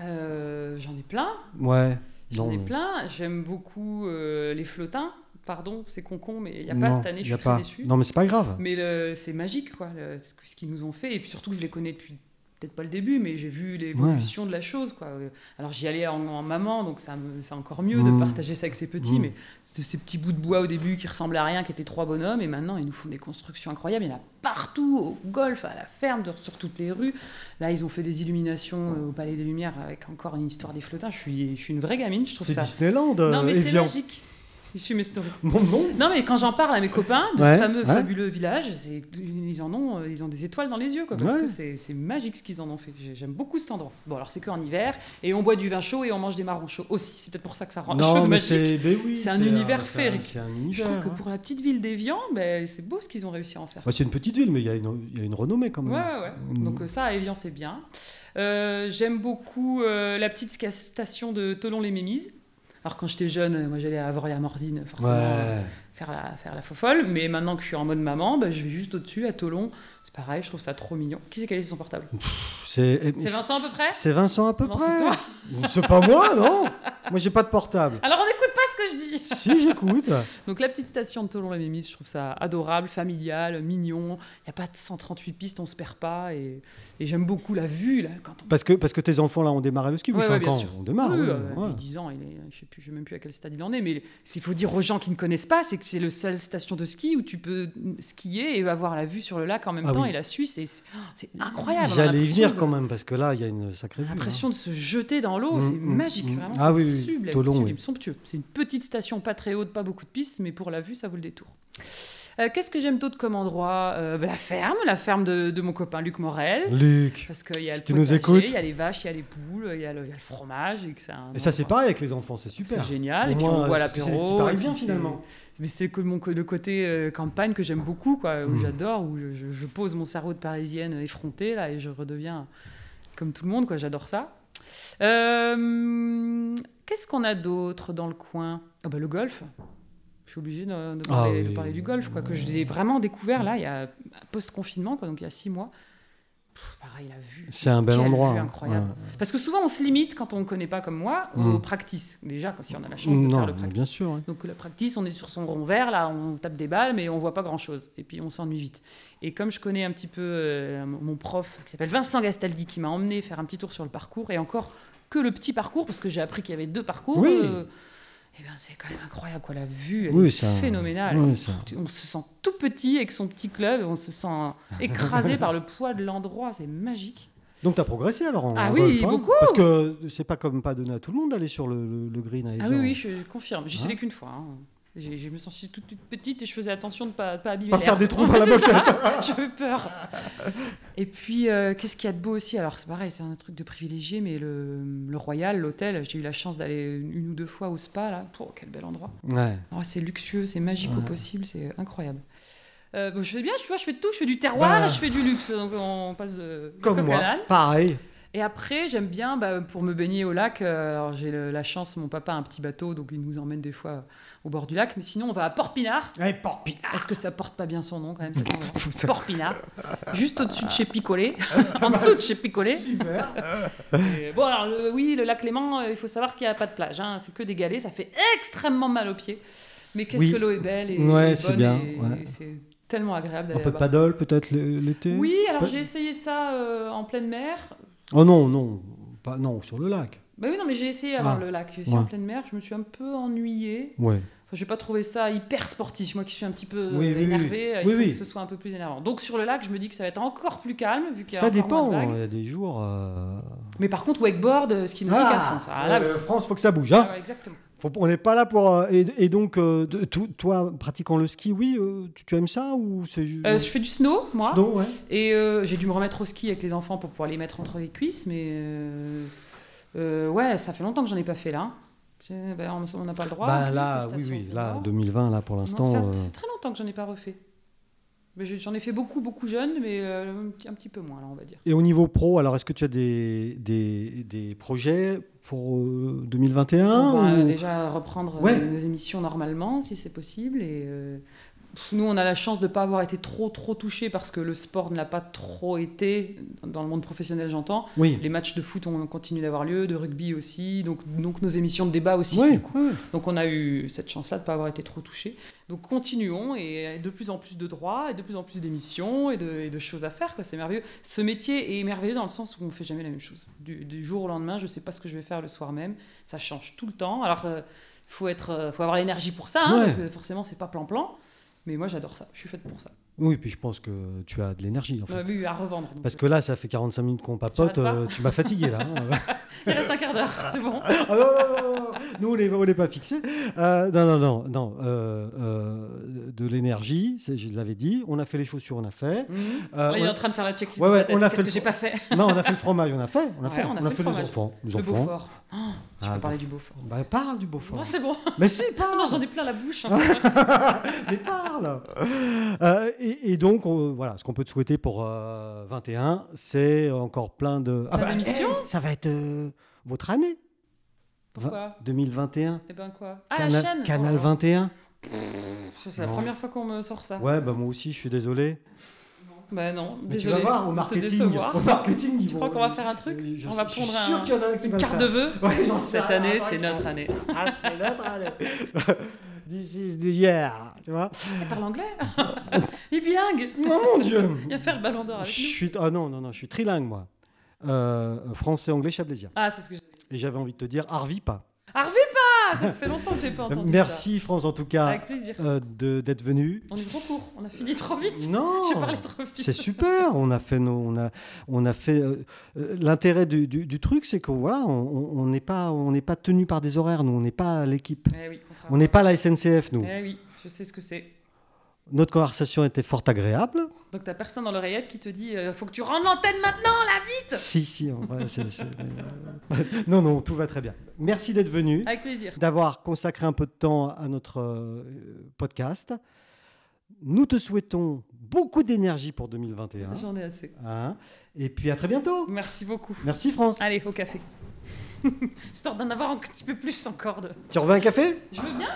Euh, J'en ai plein.
Ouais.
J'en ai
mais-
plein. J'aime beaucoup euh, les flottins. Pardon, c'est concon, mais il n'y a pas
non,
cette année, je
y a
suis très
pas.
déçue.
Non, mais c'est pas grave.
Mais le- c'est magique, quoi, le- ce, que- ce qu'ils nous ont fait. Et puis surtout, je les connais depuis peut-être pas le début, mais j'ai vu l'évolution de la chose, quoi. Euh, Alors j'y allais en, en maman, donc ça me- c'est encore mieux
Mm.
de partager ça avec ces petits.
Mm.
Mais c'était ces petits bouts de bois au début qui ressemblaient à rien, qui étaient trois bonhommes, et maintenant ils nous font des constructions incroyables. Il y en a partout, au golf, à la ferme, de- sur toutes les rues. Là, ils ont fait des illuminations euh, au Palais des Lumières avec encore une histoire des flottins. Je suis, je suis une vraie gamine, je trouve
C'est euh,
ça.
Disneyland,
Non, mais c'est
Evian.
magique. Je suis mes stories.
Mon nom
Non, mais quand j'en parle à mes copains de
Ouais,
ce fameux
ouais.
fabuleux village, c'est- ils en ont, euh, ils ont des étoiles dans les yeux, quoi, parce
Ouais.
que c'est c'est magique ce qu'ils en ont fait. J'ai- J'aime beaucoup cet endroit. Bon, alors c'est qu'en hiver, et on boit du vin chaud et on mange des marrons chauds aussi. C'est peut-être pour ça que ça rend la chose
mais
magique.
c'est ben oui,
C'est un univers
c'est un-
féerique.
C'est un
Je
univers.
trouve que
hein.
pour la petite ville d'Evian, ben, c'est beau ce qu'ils ont réussi à en faire.
Bah, c'est une petite ville, mais il y, a une- il y a une renommée quand
Ouais,
même.
ouais, ouais.
Mm.
Donc euh, ça, à Evian, c'est bien. Euh, J'aime beaucoup euh, la petite sca- station de Tolon-les-Mémises. Alors quand j'étais jeune, euh, moi j'allais à Avoria Morzine, forcément, euh, faire, la, faire la fofolle. Mais maintenant que je suis en mode maman, bah, je vais juste au-dessus, à Tolon. C'est pareil, je trouve ça trop mignon. Qui c'est qui a laissé son portable
C'est eh,
C'est Vincent à peu près
c'est Vincent à peu
Non, c'est
près.
toi.
C'est pas moi, non Moi, j'ai pas de portable.
Alors on n'écoute pas ce que je dis
Si, j'écoute.
Donc la petite station de Tolon la Mémise, je trouve ça adorable, familial, mignon. Il n'y a pas de 138 pistes, on se perd pas. Et, et j'aime beaucoup la vue, là, quand on...
Parce que, parce que tes enfants, là, ont démarré le ski. Oui,
Ouais,
5
ouais, bien
ans,
sûr.
on démarre.
Oui,
oui,
euh,
ouais.
il est 10 ans, il est, je ne sais même plus à quel stade il en est, mais il faut dire aux gens qui ne connaissent pas, c'est que c'est le seul station de ski où tu peux skier et avoir la vue sur le lac en même
Ah
temps
oui.
et la Suisse. et c'est- oh, C'est incroyable. on a
J'allais y
l'impression
venir
de-
quand même, parce que là, il y a une sacrée vue.
L'impression de se jeter dans l'eau,
Mm,
c'est
mm,
magique,
mm.
vraiment.
Ah
c'est
oui, oui,
sublime,
tout au long,
sublime,
oui.
somptueux. C'est une petite station, pas très haute, pas beaucoup de pistes, mais pour la vue, ça vaut le détour. Euh, Qu'est-ce que j'aime d'autre comme endroit Euh, bah, La ferme, la ferme de, de mon copain Luc
hein.
Morel.
Luc.
Parce qu'il y a
Si
le
tu nous
potager,
écoutes.
il y a les vaches, il y a les poules, il y a le, il y a le fromage. Et, que c'est un
Et ça, c'est
endroit-
pareil avec les enfants, c'est super.
C'est génial. et
Au
puis on
moins,
voit
parce que c'est des petits
l'apéro. et
Parisiens,
puis c'est-
finalement.
Mais c'est que mon, co- le côté euh, campagne que j'aime beaucoup, quoi, où
Mm.
j'adore, où je, je- je pose mon sarrau de parisienne effrontée, là, et je redeviens comme tout le monde, quoi, j'adore ça. Euh, Qu'est-ce qu'on a d'autre dans le coin Ah bah, Le golf. Je suis obligée de, de
Ah
parler, de
oui.
parler du golf, quoi, que je l'ai vraiment découvert là, il y a post-confinement, quoi, donc il y a six mois. Pff, pareil, la vue.
C'est un bel
Quelle
endroit.
vue
hein.
incroyable. Parce que souvent, on se limite, quand on ne connaît pas comme moi,
Mm.
au practice. Déjà, quand- si on a la chance de
Non,
faire le
mais
practice.
bien sûr. ouais.
Donc la practice, on est sur son rond vert, là, on tape des balles, mais on voit pas grand-chose. Et puis on s'ennuie vite. Et comme je connais un petit peu euh, mon prof, qui s'appelle Vincent Gastaldi, qui m'a emmené faire un petit tour sur le parcours, et encore que le petit parcours, parce que j'ai appris qu'il y avait deux parcours.
Oui.
et ben, c'est quand même incroyable, quoi. La vue, elle
Oui,
est
c'est un-
phénoménale.
oui, c'est un-
Tu- On se sent tout petit avec son petit club, on se sent écrasé par le poids de l'endroit, c'est magique.
Donc, tu as progressé alors en
Ah
en
oui,
golf, hein
beaucoup.
Parce que c'est pas comme pas donné à tout le monde d'aller sur le, le- le green à
Ah oui,
Evian.
oui, je confirme. J'y suis
Hein
allée qu'une fois. hein. J'ai- Je me suis sentie toute, toute petite et je faisais attention de ne pas, de pas abîmer
Pas faire
l'herbe.
des trous dans la
C'est ça,
moquette.
J'avais peur. Et puis, euh, qu'est-ce qu'il y a de beau aussi Alors, c'est pareil, c'est un truc de privilégié, mais le, le Royal, l'hôtel, j'ai eu la chance d'aller une, une ou deux fois au spa, là. Pouh, quel bel endroit.
Ouais.
Oh, c'est luxueux, c'est magique au
Ouais. possible,
possible, c'est incroyable. Euh, bon, je fais bien, tu vois, je fais de tout. Je fais du terroir,
Bah.
je fais du luxe. Donc, on passe de du
Comme
coq à
moi,
l'âne.
pareil.
Et après, j'aime bien, bah, pour me baigner au lac, euh, alors j'ai le- la chance, mon papa a un petit bateau, donc il nous emmène des fois euh, au bord du lac. Mais sinon, on va à Port-Pinard.
Eh, porpi-
Est-ce que ça porte pas bien son nom, quand même cet endroit Port-Pinard. Juste au-dessus de chez Picolé. en dessous de chez Picolé.
Super.
Et Bon, alors, le- oui, le lac Léman, euh, il faut savoir qu'il n'y a pas de plage. hein. C'est que des galets. Ça fait extrêmement mal aux pieds. Mais qu'est-ce
Oui.
que l'eau est belle et
Ouais,
et
c'est
bonne
bien,
et-
ouais.
et C'est tellement agréable
Un
d'aller
peu de
là-bas.
paddle peut-être l- l'été
Euh, Oui, alors
Pas-
j'ai essayé ça euh, en pleine mer.
Oh non, non, pas non, sur le lac.
Bah oui, non, mais j'ai essayé avant
Ah,
le lac. J'ai essayé en
ouais.
pleine mer, je me suis un peu ennuyée.
Ouais.
Enfin, j'ai pas trouvé ça hyper sportif. Moi qui suis un petit peu
Oui, oui,
euh,
oui.
énervée, il
Oui,
faut
oui.
que ce soit un peu plus énervant. Donc sur le lac, je me dis que ça va être encore plus calme, vu qu'il y a
Ça
encore
dépend,
moins de vagues.
il y a des jours. euh,
Mais par contre, wakeboard, euh, ski nautique à fond, ça. Ah, là,
euh,
oui.
France, faut que ça bouge.
Ah
Hein.
ouais, exactement.
Faut- on n'est pas là pour. euh, et, et donc, euh, de- to- toi, pratiquant le ski, oui, euh, tu, tu aimes ça ou c'est juste.
Euh, je fais du snow, moi.
Snow, ouais.
Et euh, j'ai dû me remettre au ski avec les enfants pour pouvoir les mettre entre les cuisses, mais euh, euh, ouais, ça fait longtemps que j'en ai pas fait là. J'ai- ben, on on n'a pas le droit. en
bah
plus,
là,
les
oui,
stations,
oui,
c'est
là,
mort.
2020, là, pour
Non, ça,
l'instant.
fait, ça
euh,
fait très longtemps que j'en ai pas refait. Mais j'ai- J'en ai fait beaucoup, beaucoup jeune, mais euh, un, petit, un petit peu moins, là, on va dire.
Et au niveau pro, alors, est-ce que tu as des, des, des projets pour euh, 2021
on va euh,
ou-
déjà reprendre euh,
Ouais.
nos émissions normalement, si c'est possible. Et euh, pff, nous, on a la chance de ne pas avoir été trop, trop touchés parce que le sport ne l'a pas trop été, dans le monde professionnel, j'entends.
Oui.
Les matchs de foot ont continué d'avoir lieu, de rugby aussi, donc, donc nos émissions de débat aussi.
Ouais,
du coup.
ouais.
Donc on a eu cette chance-là de ne pas avoir été trop touché. Donc continuons et de plus en plus de droits et de plus en plus d'émissions et de, et de choses à faire. quoi. C'est merveilleux. Ce métier est merveilleux dans le sens où on ne fait jamais la même chose. Du, du jour au lendemain, je ne sais pas ce que je vais faire le soir même. Ça change tout le temps. Alors il faut, être, euh, faut avoir l'énergie pour ça, hein,
Ouais.
parce que forcément c'est pas plan-plan. Mais moi j'adore ça. Je suis faite pour ça.
Oui, puis je pense que tu as de l'énergie, en fait.
On a vu à revendre. donc.
Parce que là, ça fait 45 minutes qu'on papote,
J'arrête pas.
euh, tu m'as fatigué là. hein.
Il reste un quart d'heure, c'est bon.
Ah non, non, non, non, non. Nous, on n'est on n'est pas fixé. Euh, non, non, non, non. euh, euh, de l'énergie, c'est- je l'avais dit. On a fait les chaussures, on a fait.
Mhm.
Euh,
Là,
on
il est
a-
en train de faire la checklist
Ouais,
dans
ouais,
sa tête.
on a
Qu'est-ce
fait
que
le-
j'ai pas fait
Non, on a fait le fromage, on a fait. On a
Ouais,
fait,
on a fait le
fait, les
fromage.
enfants. Les
Le
enfants.
Beaufort. Oh, J'ai
Ah,
pas parlé du Beaufort.
Bah, parle du Beaufort.
Non, c'est bon.
Mais si, parle
Non, j'en ai plein la bouche. hein.
Mais parle Euh, et, et donc, on- voilà, ce qu'on peut te souhaiter pour euh, 21, c'est encore plein de. ah bah,
Plein d'émissions.
eh, ça va être euh, votre année.
Pourquoi
2021
Eh ben quoi Ah, la
Cana-
chaîne
Canal
Oh,
21
ça, C'est la
Non.
première fois qu'on me sort ça.
Ouais, bah moi aussi, je suis désolé.
Bah non,
Mais
désolé.
tu vas voir, au
de te
marketing.
décevoir.
Au marketing ils
Tu crois
vont-
qu'on va faire un truc
Euh, je-
On va
je suis
pondre un-
sûr qu'il y en a un qui va
Une
le
carte de
faire.
vœux
Ouais, j'en sais
Cette
rien,
année,
attends,
c'est
attends.
notre année.
Ah, c'est notre année. This is the year. Tu vois
Elle parle anglais Il est bilingue
Oh mon dieu
Viens faire le ballon
Je
d'or avec nous.
suis... Ah non, non, non, je suis trilingue, moi. Euh, français, anglais, chablaisien.
Ah, c'est ce que j'ai.
Et j'avais envie de te dire, Harvey pas.
Harvey pas Ça se fait longtemps que j'ai pas entendu ça.
Merci, France, en tout cas,
Avec plaisir.
euh, de- d'être venu.
On est trop court, on a fini trop vite.
Non
J'ai parlé trop vite.
C'est super, on a fait nos- on a, on a fait euh, euh, l'intérêt du, du- du truc, c'est qu'on voilà, on- on on n'est pas, on n'est pas tenu par des horaires, nous, on n'est pas l'équipe,
Eh oui,
on n'est pas la SNCF, nous.
Eh oui, je sais ce que c'est.
Notre conversation était fort agréable.
Donc t'as personne dans l'oreillette qui te dit euh, faut que tu rendes l'antenne maintenant là vite.
Si, si, en vrai, c'est- c'est- euh, non, non, tout va très bien. Merci d'être venu,
Avec plaisir.
d'avoir consacré un peu de temps à notre euh, podcast. Nous te souhaitons beaucoup d'énergie pour 2021.
J'en ai assez.
Hein. et puis à très bientôt.
Merci beaucoup.
Merci France.
Allez, au café. Histoire d'en avoir un petit peu plus encore de.
Tu reviens un café
Je veux bien.